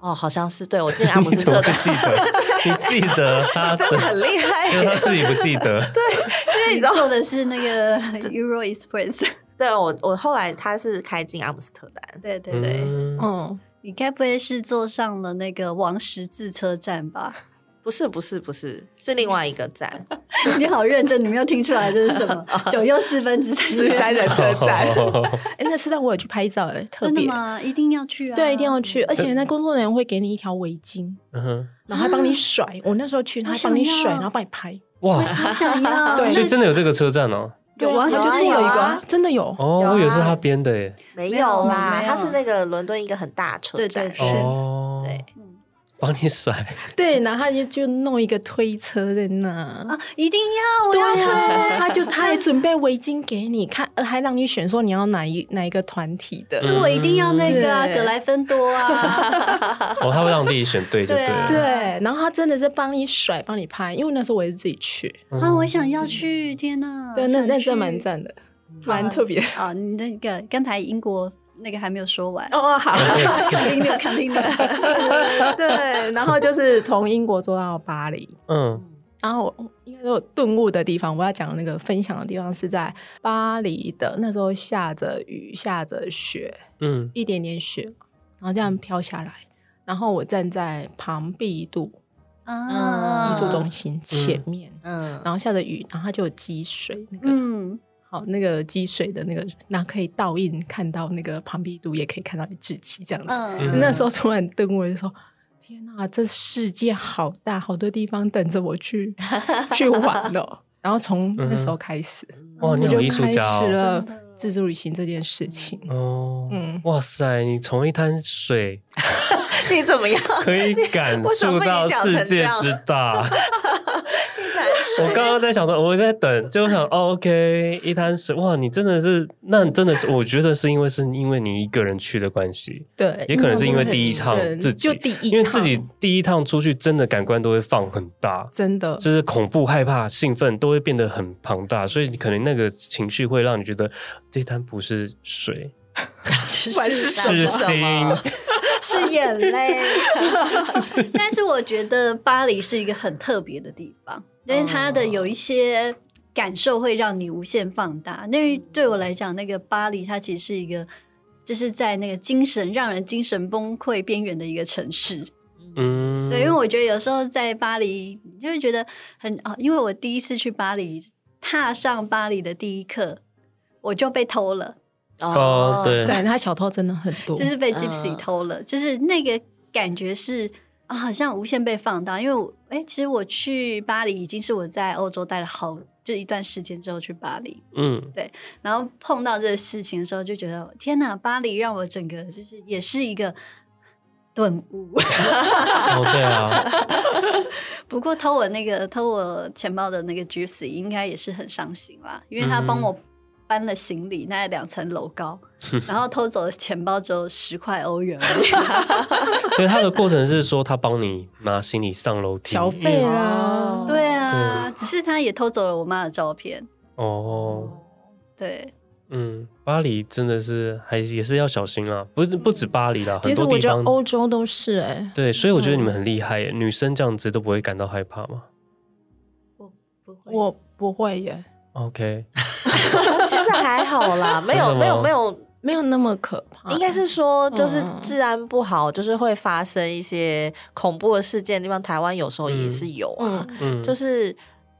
S2: 哦，好像是对我进 [LAUGHS] 阿姆
S1: [LAUGHS] 你
S2: 斯
S1: 怎
S2: 特
S1: 么会
S2: 丹，
S1: 记得？你记
S2: [LAUGHS]
S1: 得他的
S2: 真的很厉
S1: [LAUGHS]
S2: 害
S1: 因为
S2: 耶，
S1: 他自己不记得，
S3: 因为你坐的是那 [LAUGHS] 个 Euro Express，
S2: 对我我后来他是开进阿姆斯特丹，
S3: [LAUGHS] 对对对，
S1: 嗯，
S4: 嗯，
S3: 你该不会是坐上了那个王十字车站 [LAUGHS] 吧？
S2: 不是不是不是是另外一个站，
S3: 你好认真，你没有听出来这是什 [LAUGHS] 么？九又哦四分之三，
S4: 十三人车站。
S1: 哦
S4: 哎、那车站我有去拍照、哎，特
S3: 真的
S4: 别，
S3: 吗？一定要去啊！
S4: 对，一定要去，而且那工作人员会给你一条围巾，
S1: [LAUGHS] 嗯哼
S4: 然后还帮你甩。我那时候去，他还帮你
S3: 我
S4: 甩，
S3: 啊想要
S4: 然后帮你拍。
S1: 哇，
S3: 好
S1: [LAUGHS]
S3: 想要。
S4: 对
S1: 所以
S3: 那
S1: 真的有这个车站哦，
S3: 有啊
S4: 我就
S2: 有啊
S4: 做了一
S2: 有
S4: 个，
S2: 啊
S4: 真的有。
S1: 哦，
S2: 有啊
S1: 我以为是他编的耶，
S2: [LAUGHS] 没
S3: 没有
S2: 有啦，
S3: 没有
S2: 它是那个伦敦一个很大的车
S3: 对
S2: 站，
S3: 对是
S1: 哦，
S2: 对，
S3: 嗯
S1: 帮你甩，
S4: 对，然后他就就弄一个推车在那。
S3: 啊，一定要！我
S4: 对
S3: 要去
S4: 啊，他
S3: [LAUGHS]
S4: 就他还准备围巾给你看，呃还让你选说你要哪一哪一个团体的。
S1: 嗯
S3: 我一定要那个啊，
S4: 嗯对
S3: 格莱芬多啊，
S4: [LAUGHS]
S1: 哦，他会让自己选对就
S3: 对啊
S1: 了，嗯
S4: 对，然后他真的是帮你甩，帮你拍，因为那时候我也是自己去，
S1: 嗯
S3: 啊，我想要去！天哪，
S4: [LAUGHS] 对，那
S3: 嗯想
S4: 那
S3: 去
S4: 真的蛮赞的，蛮
S3: 啊
S4: 特别的。
S3: 啊！你那个刚才英国那个还没有说完，
S4: 哦 [LAUGHS] 哦，好，
S3: continue，continue，
S4: [LAUGHS] 对，然后就是从英国坐到巴黎，
S1: 嗯，
S4: 然后我应该说有顿悟的地方，我要讲的那个分享的地方是在巴黎的，那时候下着雨，下着雪，
S1: 嗯
S4: 一点点雪，然后这样飘下来，然后我站在庞毕度
S3: [LAUGHS] 啊，
S4: 嗯艺术中心前面，
S2: 嗯，
S4: 然后下着雨，然后它就有积水，那个、
S3: 嗯，
S4: 好那个积水的那个，那可以倒映看到那个庞毕度，也可以看到一志气这样子。
S1: 嗯
S3: 嗯
S4: [LAUGHS] 那时候突然顿悟，我就说：“天哪，这世界好大，好多地方等着我去去玩哦。”然后从那时候开始，
S1: 哇，嗯哦你
S4: 嗯
S1: 有
S4: 我就
S1: 艺术
S4: 开
S1: 家
S4: 始
S1: 哦，
S4: 了
S3: 真的
S4: 自助旅行这件事情。
S1: 哦，
S4: 嗯
S1: 哇塞，你从一滩水
S2: 你怎么样？
S1: 可
S2: [LAUGHS]
S1: 以感受到世界之大。我刚刚在想说，我在等，就想、哦、OK，一滩水，哇，你真的是，那你真的是，我觉得是因为是因为你一个人去的关系，
S4: 对，
S1: 也可能是因为第一趟自己，
S4: 就第一趟，
S1: 因为自己第一趟出去，真的感官都会放很大，
S4: 真的
S1: 就是恐怖、害怕、兴奋都会变得很庞大，所以你可能那个情绪会让你觉得这一滩不是水，
S4: 管是
S2: 什么
S1: 是心，
S3: 是眼泪。但是我觉得巴黎是一个很特别的地方，因为它的有一些感受会让你无限放大。因为对我来讲，那个巴黎它其实是一个。就是在那个精神让人精神崩溃边缘的一个城市，
S1: 嗯，
S3: 对，因为我觉得有时候在巴黎，你就会觉得很啊，因为我第一次去巴黎，踏上巴黎的第一课，我就被偷了，
S1: 哦，对，
S4: 对他小偷真的很多，
S3: 就是被
S2: 嗯
S3: Gypsy 偷了，就是那个感觉是啊，好像无限被放大。因为我哎、其实我去巴黎已经是我在欧洲待了好就一段时间之后去巴黎，
S1: 嗯
S3: 然后碰到这个事情的时候，就觉得天哪，巴黎让我整个就是也是一个顿悟。
S1: 哦，对啊。
S3: 不过偷我那个偷我钱包的那个 Gypsy 应该也是很伤心啦，因为他帮我搬了行李，那两层楼高，然后偷走的钱包只有十块欧元而
S4: [LAUGHS]
S3: 已。
S1: 对，他的过程是说他帮你拿行李上楼梯，
S4: 小费
S1: 嗯
S4: 啦，
S3: 啊对啊，只是他也偷走了我妈的照片。
S1: 哦，
S3: 对，
S1: 嗯，巴黎真的是还也是要小心啦，不是不止巴黎啦，
S4: 其
S1: 很
S4: 实
S1: 多
S4: 我
S1: 地
S4: 觉得
S1: 方
S4: 欧洲都是哎、
S1: 对，所以我觉得你们很厉害耶，女生这样子都不会感到害怕吗
S3: 不会
S4: 我不会耶，
S1: ？OK，
S2: [LAUGHS] 其实还
S1: [LAUGHS]
S2: 好啦，没有
S1: 真的吗
S2: 没有没有，
S4: 没有那么可怕。
S2: 应该是说就是
S4: 嗯
S2: 治安不好，就是会发生一些恐怖的事件的地方，台湾有时候也是有啊，
S4: 嗯，
S1: 嗯，
S2: 就是。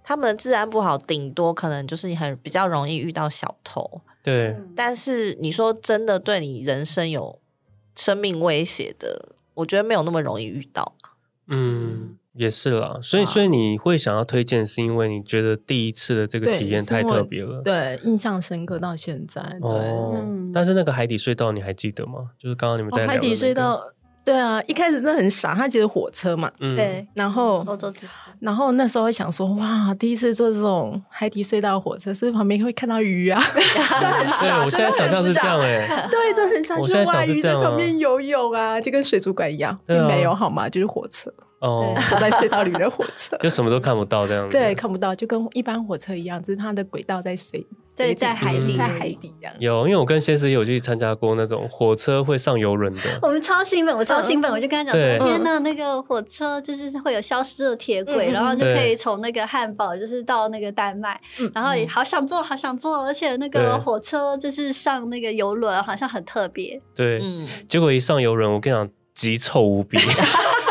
S2: 他们的治安不好，顶多可能就是你很比较容易遇到小偷，
S1: 对，
S2: 但是你说真的对你人生有生命威胁的，我觉得没有那么容易遇到。
S1: 嗯，也是啦。所以，
S2: 好
S1: 所以你会想要推荐，是因为你觉得第一次的这个
S4: 对
S1: 体验
S4: 是
S1: 太
S4: 我
S1: 特别了。
S4: 对印象深刻到现在。对，
S1: 哦，
S3: 嗯
S1: 但是那个海底隧道你还记得吗？就是刚刚你们在
S4: 哦
S1: 聊的
S4: 海底
S1: 那个
S4: 隧，道，对啊，一开始真的很傻，它其实火车嘛，
S1: 嗯，
S3: 对，
S4: 然后
S3: 欧洲之星
S4: 然后那时候会想说，哇，第一次坐这种海底隧道火车，是不是旁边会看到鱼啊？ [LAUGHS]
S1: 对，我现在想象是这样哎，
S4: 对，真的很想
S1: 我
S4: 去
S1: 现在
S4: 哇，
S1: 想是
S4: 鱼
S1: 这
S4: 在
S1: 样啊
S4: 旁边游泳啊，就跟水族馆一样，
S1: 对
S4: 并
S1: 啊
S4: 没有好吗？就是火车，
S1: 哦，，
S4: 坐在隧道里的火车
S1: 就什么都看不到这样子。
S4: 对，看不到，就跟一般火车一样，只是它的轨道在水，
S3: 对
S4: 水嗯
S3: 在海
S1: 里
S4: 在海底这样。
S1: 有，因为我跟先生有去参加过那种火车会上游轮的，
S3: [LAUGHS] 我们超兴
S4: 嗯
S3: 奋，我超兴奋，我就跟他讲
S1: 对
S3: 说：“天呐，那个火车就是会有消失的铁轨，
S2: 嗯
S3: 然后就
S1: 对
S3: 可以从那个汉堡就是到那个丹麦，
S4: 嗯
S3: 然后也好想坐，好想坐，而且那
S1: 对
S3: 个火车就是上那个游轮，好像很特别。
S1: 对，
S2: 嗯，
S1: 结果一上游轮，我跟你讲，极臭无比，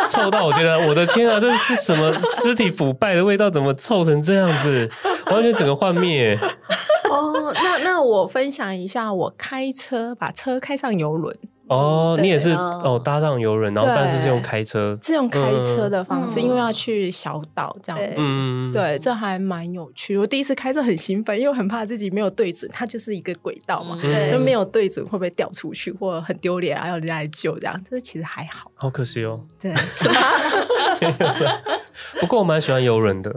S1: 臭到我觉得我的天啊，这是什么尸体腐败的味道？怎么臭成这样子？完全整个幻灭。
S4: 哦，那那我分享一下，我开车把车开上游轮，
S1: 哦，
S4: 对
S1: 你也是
S2: 哦
S1: 哦，搭上游轮，然后
S4: 对
S1: 但是是用开车，
S4: 是用开车的方式，
S3: 嗯
S4: 因为要去小岛这样子。
S1: 嗯，
S4: 对，这还蛮有趣。我第一次开车很兴奋，因为我很怕自己没有对准，它就是一个轨道嘛，
S2: 嗯
S3: 对
S4: 就没有对准会不会掉出去，或很丢脸啊，要人家来救这样。这其实还好，
S1: 好可惜哦。
S4: [LAUGHS] 对，
S1: 不过我蛮喜欢游轮的，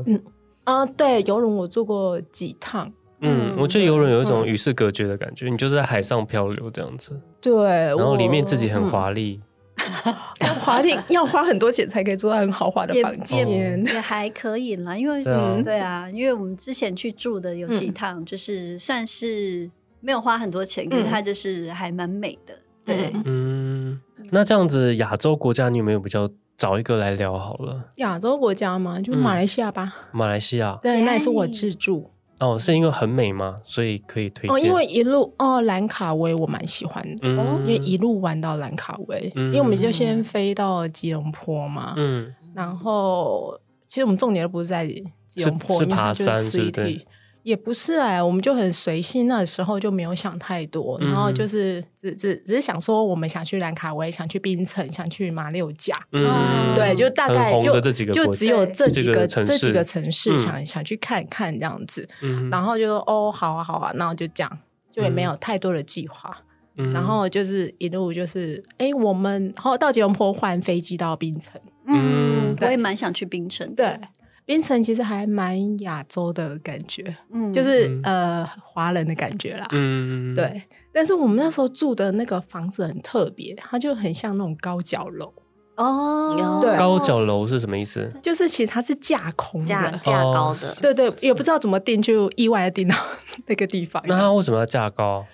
S4: 啊，对，游轮我坐过几趟，
S1: 嗯，我觉得游轮有一种与世隔绝的感觉，你就是在海上漂流这样子，
S4: 对，
S1: 然后
S4: 我
S1: 里面自己很华丽，
S4: 嗯滑艇， [LAUGHS] 要花很多钱才可以坐到很豪华的
S3: 也
S4: 房间。
S3: 也还可以啦，因为
S1: 对啊
S3: 嗯对啊，因为我们之前去住的有几趟，就是算是没有花很多钱，可是它就是还蛮美的。对，
S4: 嗯
S1: 嗯，那这样子亚洲国家你有没有比较找一个来聊好了？
S4: 亚洲国家嘛，就
S1: 嗯
S4: 马来西亚吧。
S1: 马来西亚
S4: 对，那也是我
S3: 哎
S4: 自助。
S1: 哦，是因为很美吗？所以可以推荐？
S4: 哦，因为一路哦，兰卡威我蛮喜欢的，
S1: 嗯
S4: 因为一路玩到兰卡威，
S1: 嗯
S4: 因为我们就先飞到吉隆坡嘛，
S1: 嗯
S4: 然后其实我们重点都不是在吉隆
S1: 是
S4: 坡，
S1: 是
S4: 因为它
S1: 爬山
S4: 就是
S1: 是不是
S4: city。也不是哎、我们就很随性，那时候就没有想太多，
S1: 嗯
S4: 然后就是只只只是想说，我们想去兰卡威，想去槟城，想去马六甲，
S1: 嗯，
S4: 哦对，就大概
S1: 很红
S4: 就
S1: 的这几个
S4: 就
S1: 国
S4: 只
S1: 家
S4: 有这几
S1: 这几个
S4: 个
S1: 城市
S4: 这几个城市
S1: 嗯
S4: 想想去看看这样子，
S1: 嗯
S4: 然后就说哦，好啊，好啊，然后就这样，就也没有太多的计划。
S1: 嗯
S4: 然后就是一路就是，哎，我们然后到吉隆坡换飞机到槟城，
S1: 嗯
S3: 嗯，我也蛮想去冰城的。
S4: 对，槟城其实还蛮亚洲的感觉，
S3: 嗯，
S4: 就是、
S1: 嗯
S4: 呃华人的感觉啦。
S1: 嗯，
S4: 对，但是我们那时候住的那个房子很特别，它就很像那种高脚楼，
S3: 哦，
S4: 对
S1: 高脚楼是什么意思？
S4: 就是其实它是架
S5: 嗯
S4: 空
S2: 价
S4: 的，
S2: 价高
S1: 哦
S2: 的，
S4: 对对，也不知道怎么订，就意外的订到 [LAUGHS] 那个地方。
S1: 那它为什么要架高？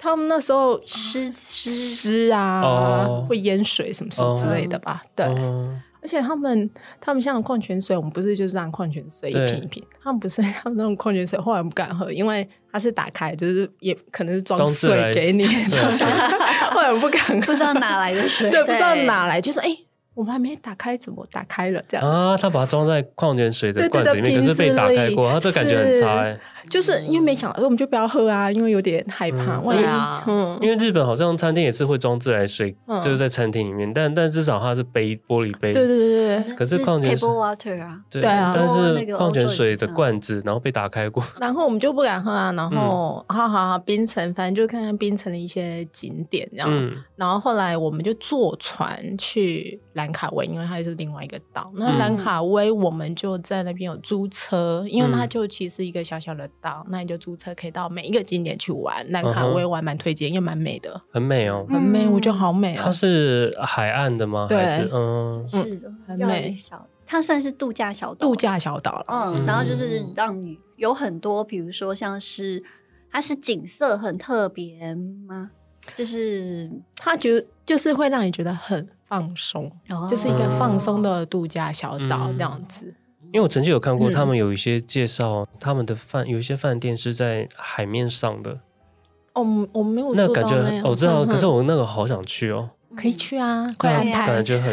S4: 他们那时候
S3: 湿湿
S4: 湿啊，
S1: 哦
S4: 会淹水什么什么之类的吧？对，
S1: 哦
S4: 而且他们他们像矿泉水，我们不是就是让矿泉水一
S1: 对
S4: 瓶一瓶，他们不是 [LAUGHS] 他们那种矿泉水，后来我们不敢喝，因为它是打开，就是也可能是装
S1: 装自来
S4: 水给你，
S1: 水
S4: 后来我们不敢
S3: 不
S4: 喝，
S3: 知道
S4: [LAUGHS]
S3: 哪来的水。
S4: 对，不知道哪来，就说哎、我们还没打开，怎么打开了这样？
S1: 啊，它把它装在矿泉水的
S4: 对对
S1: 罐
S4: 对
S1: 子里面，可是被打开过，它这感觉很差哎。
S4: 就是因为没想到，我们就不要喝啊，因为有点害怕，
S1: 嗯
S4: 万一
S2: 对啊
S4: 嗯
S1: 因为日本好像餐厅也是会装自来水，
S4: 嗯
S1: 就是在餐厅里面，但但至少它是杯玻璃杯，
S4: 对对对
S3: 嗯
S4: 对。
S1: 可是矿泉水
S3: table water 啊，
S1: 对
S4: 对啊哦
S1: 但
S3: 那
S1: 是
S3: 个
S1: 矿
S3: 欧洲
S1: 泉
S3: 也是
S1: 水的
S3: 这样
S1: 罐子，然后被打开过，
S4: 然后我们就不敢喝啊，然后、
S1: 嗯
S4: 好好好，槟城，反正就看看槟城的一些景点这样。
S1: 嗯
S4: 然后后来我们就坐船去兰卡威，因为它是另外一个岛。那
S1: 嗯
S4: 兰卡威我们就在那边有租车，因为它
S1: 嗯
S4: 就其实一个小小的岛，那你就租车可以到每一个景点去玩。兰
S1: 嗯
S4: 卡威我还蛮推荐，因为蛮美的，
S1: 很美哦。
S4: 很美，
S5: 嗯
S4: 我觉得好美
S1: 它
S4: 哦。
S1: 是海岸的吗？
S4: 嗯对
S1: 还是嗯，
S3: 是的，
S4: 很
S3: 要有
S4: 美
S3: 小，它算是度假小岛，
S5: 嗯
S4: 度假小岛了，
S3: 嗯，然后就是
S1: 嗯
S3: 让你有很多，比如说像是它是景色很特别吗？就是
S4: 它就就是会让你觉得很放松，
S3: 哦
S4: 就是一个
S1: 嗯
S4: 放松的度假小岛这样子。
S1: 因为我曾经有看过
S4: 嗯
S1: 他们有一些介绍，他们的饭有一些饭店是在海面上的，
S4: 哦，我没有
S1: 那
S4: 做
S1: 感
S4: 到
S1: 觉哦
S4: 那样
S1: 我知道，
S4: 嗯
S1: 可是我那个好想去哦，
S4: 可以去啊，快
S1: 那
S4: 安
S3: 对啊
S4: 排
S1: 感。觉很。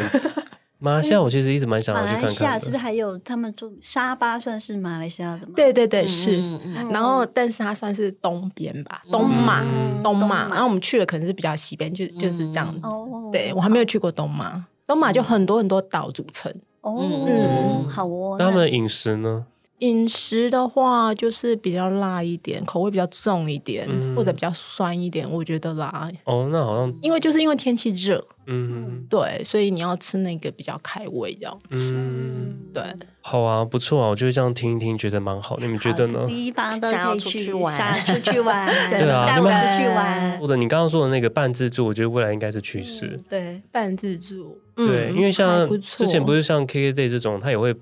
S1: 马来西亚我其实一直蛮想
S3: 马
S1: 要去
S3: 来
S1: 看
S3: 西亚
S1: 看
S3: 是不是
S1: 的，
S3: 还有他们住沙巴算是马来西亚的吗？
S2: 对对对，
S5: 嗯
S2: 是。
S5: 嗯嗯嗯
S4: 然后，但是它算是东边吧，
S5: 嗯
S4: 东马，
S1: 嗯
S4: 东
S3: 东
S4: 马。嗯
S3: 马
S4: 然后我们去的可能是比较西边，就就是这样子。
S3: 哦，
S4: 对我还没有去过东马，东马就很多很多岛组成。
S3: 哦
S5: 嗯，
S3: 好哦，
S1: 那他们的饮食呢？
S4: 饮食的话，就是比较辣一点，口味比较重一点，
S1: 嗯
S4: 或者比较酸一点，我觉得啦。
S1: 哦，那好
S5: 嗯
S1: 像
S4: 因为就是因为天气热，
S1: 嗯
S4: 对，所以你要吃那个比较开胃这样子。
S1: 嗯，
S4: 对，
S1: 好啊，不错啊，我就这样听一听，觉得蛮好。你们觉得呢
S3: 好？地方都
S5: 想要
S3: 可以
S5: 出
S3: 去
S5: 去玩
S3: 想出
S1: [LAUGHS]
S3: 去玩，
S4: 对啊
S3: 带
S1: 你
S3: 我
S1: 们
S3: 出去玩
S1: 或，者你刚刚说的那个半自助，我觉得未来应该是趋势。
S4: 嗯
S3: 对，
S4: 半自助，嗯
S1: 对，因为
S4: 还
S1: 像
S4: 不错
S1: 之前不是像 KKday 这种，他也会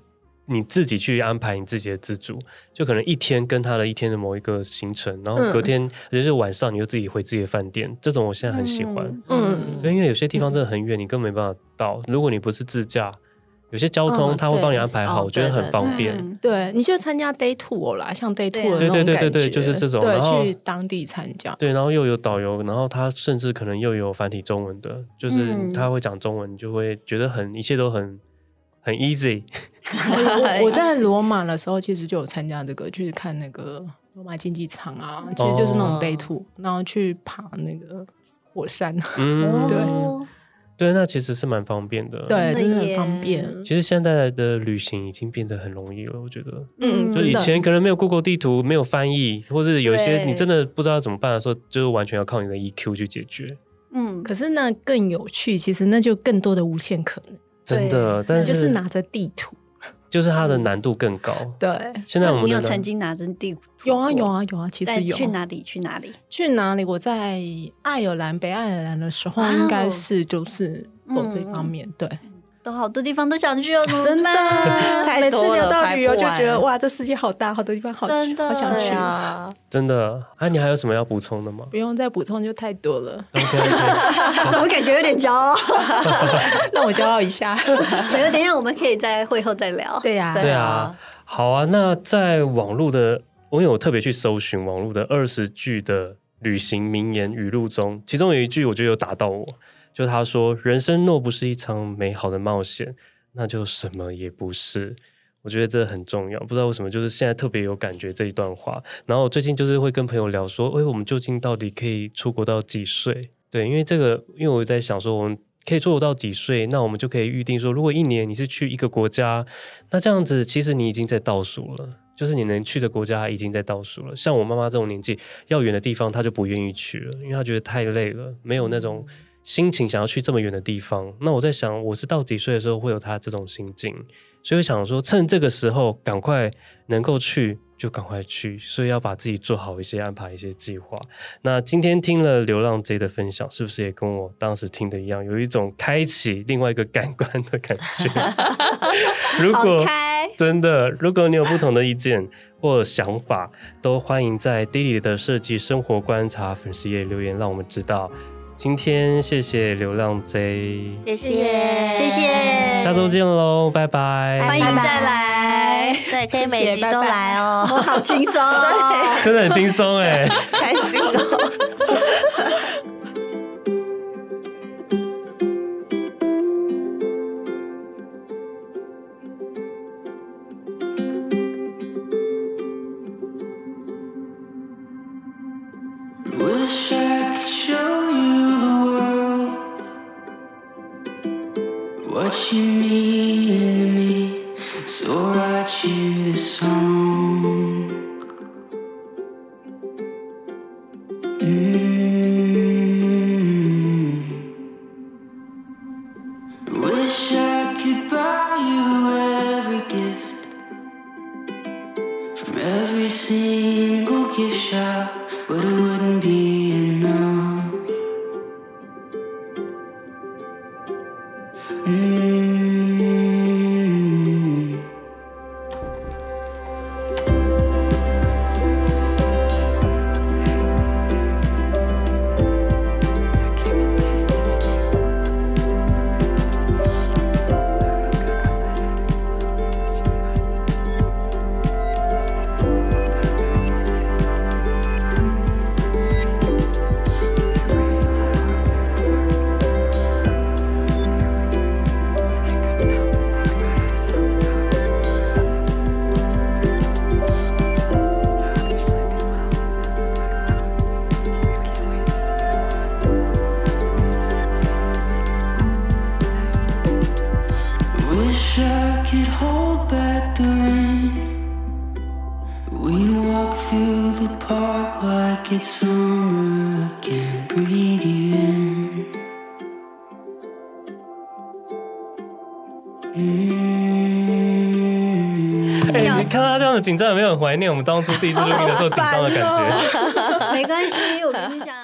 S1: 你自己去安排你自己的自助，就可能一天跟他的一天的某一个行程，然后
S4: 嗯
S1: 隔天也就是晚上你就自己回自己的饭店，这种我现在很喜欢。
S3: 嗯
S4: 嗯
S1: 因为有些地方真的很远，你根本没办法到。如果你不是自驾，有些交通
S4: 嗯
S1: 他会帮你
S4: 对
S1: 安排好，
S5: 哦
S1: 我觉得
S5: 对
S1: 很
S5: 对
S1: 方便。
S3: 嗯
S4: 对，你就参加 day tour 啦，像 day
S3: 对
S4: tour 的
S1: 对
S4: 那
S1: 对
S4: 种感
S1: 对
S4: 觉，
S1: 对对就是这种然后
S4: 对，去当地参加。
S1: 对，然后又有导游，然后他甚至可能又有繁体中文的，就是
S3: 嗯
S1: 他会讲中文，你就会觉得很一切都很很 easy。 [LAUGHS]
S4: 我 [LAUGHS] 我在罗马的时候，其实就有参加这个，去看那个罗马竞技场啊，其实就是那种
S5: 哦
S4: day tour，然后去爬那个火山，啊
S1: 嗯，
S4: 对
S3: 哦
S1: 对，那其实是蛮方便的。
S4: 对，
S3: 真的
S4: 真的很
S3: 耶
S4: 方便。
S1: 其实现在的旅行已经变得很容易了，我觉得。
S3: 嗯
S1: 就
S4: 真
S1: 以
S4: 的
S1: 前可能没有 Google 地图，没有翻译，或是有一些
S3: 对
S1: 你真的不知道怎么办的时候，就是完全要靠你的 EQ 去解决。
S3: 嗯，
S4: 可是那更有趣，其实那就更多的无限可能，
S1: 真的，但
S4: 就是是拿着地图。
S1: 就是它的难度更高。
S4: 对，
S1: 现在我们
S3: 嗯你
S1: 的
S3: 有
S1: 难
S3: 曾经拿着地图
S4: [LAUGHS] 有啊
S3: 过
S4: 有，啊有啊，其
S3: 在
S4: 实有
S3: 去哪里去哪里，
S4: 去哪里？我在爱尔兰北爱尔兰的时候，
S3: 哇哦
S4: 应该是就是走这方面，对，
S3: 都好多地方都
S4: [LAUGHS]
S3: 想去哦，怎么
S4: 真的 [LAUGHS]
S3: 办 [LAUGHS]
S4: 太
S2: 每次
S4: 多
S2: 聊
S4: 了
S2: 到
S4: 排
S2: 旅游
S4: 不
S2: 就觉得
S4: 完
S2: 哇，这世界好大，好多地方好
S3: 真的
S2: 好想
S5: 对
S2: 去。
S5: 啊，
S1: 真的啊，你还有什么要补充的
S3: [LAUGHS]
S1: 吗。
S4: 不用再补充，就太多了
S1: ？OK OK，
S3: 怎么感觉有点骄傲？
S4: [LAUGHS]
S3: [LAUGHS]
S4: 那我骄傲一 [LAUGHS] 下。
S3: 没有，等一下我们可以在会后再聊。
S2: 对呀、
S1: 对啊，好啊。那在网络的，我有特别去搜寻网络的二十句的旅行名言语录中，其中有一句我觉得有打到我，就他说：“人生若不是一场美好的冒险，那就什么也不是。”我觉得这很重要，不知道为什么，就是现在特别有感觉这一段话。然后我最近就是会跟朋友聊说，哎，我们究竟到底可以出国到几岁？对，因为这个，因为我在想说，我们可以出国到几岁？那我们就可以预定说，如果一年你是去一个国家，那这样子其实你已经在倒数了，就是你能去的国家已经在倒数了。像我妈妈这种年纪，要远的地方她就不愿意去了，因为她觉得太累了，没有那种心情想要去这么远的地方。那我在想，我是到几岁的时候会有她这种心境？所以我想说，趁这个时候赶快能够去就赶快去，所以要把自己做好一些安排，一些计划。那今天听了流浪 J 的分享，是不是也跟我当时听的一样，有一种开启另外一个感官的感觉？ [LAUGHS] 如
S3: 好
S1: 果
S3: 开，
S1: 真的，如果你有不同的意见或想法，都欢迎在 Daily 的设计生活观察粉丝页留言，让我们知道。今天谢谢流浪 J，
S5: 谢谢，
S3: 谢谢
S1: 下周见喽，拜
S3: 欢迎
S5: 拜拜
S3: 再来，
S5: 对，可以每集
S4: 谢谢
S5: 都
S4: 拜拜
S5: 来
S3: [LAUGHS]
S5: 哦，
S3: 我好轻松哦。 [LAUGHS]
S1: 真的很轻松哎。
S5: 开心哦。
S6: Wish I could show you the world. What you mean to me, so I write you this song. Mm. Wish I could buy you every gift from every single gift shop, but it wouldn't be enough. Mm. wish I could hold back the rain. We'd walk through the park like it's summer. I can't breathe you in. Mm.
S1: 哎、你看他这样的紧张，有没有很怀念我们当初第一次录音的时候紧张的感觉？
S3: 没关系，我跟你讲，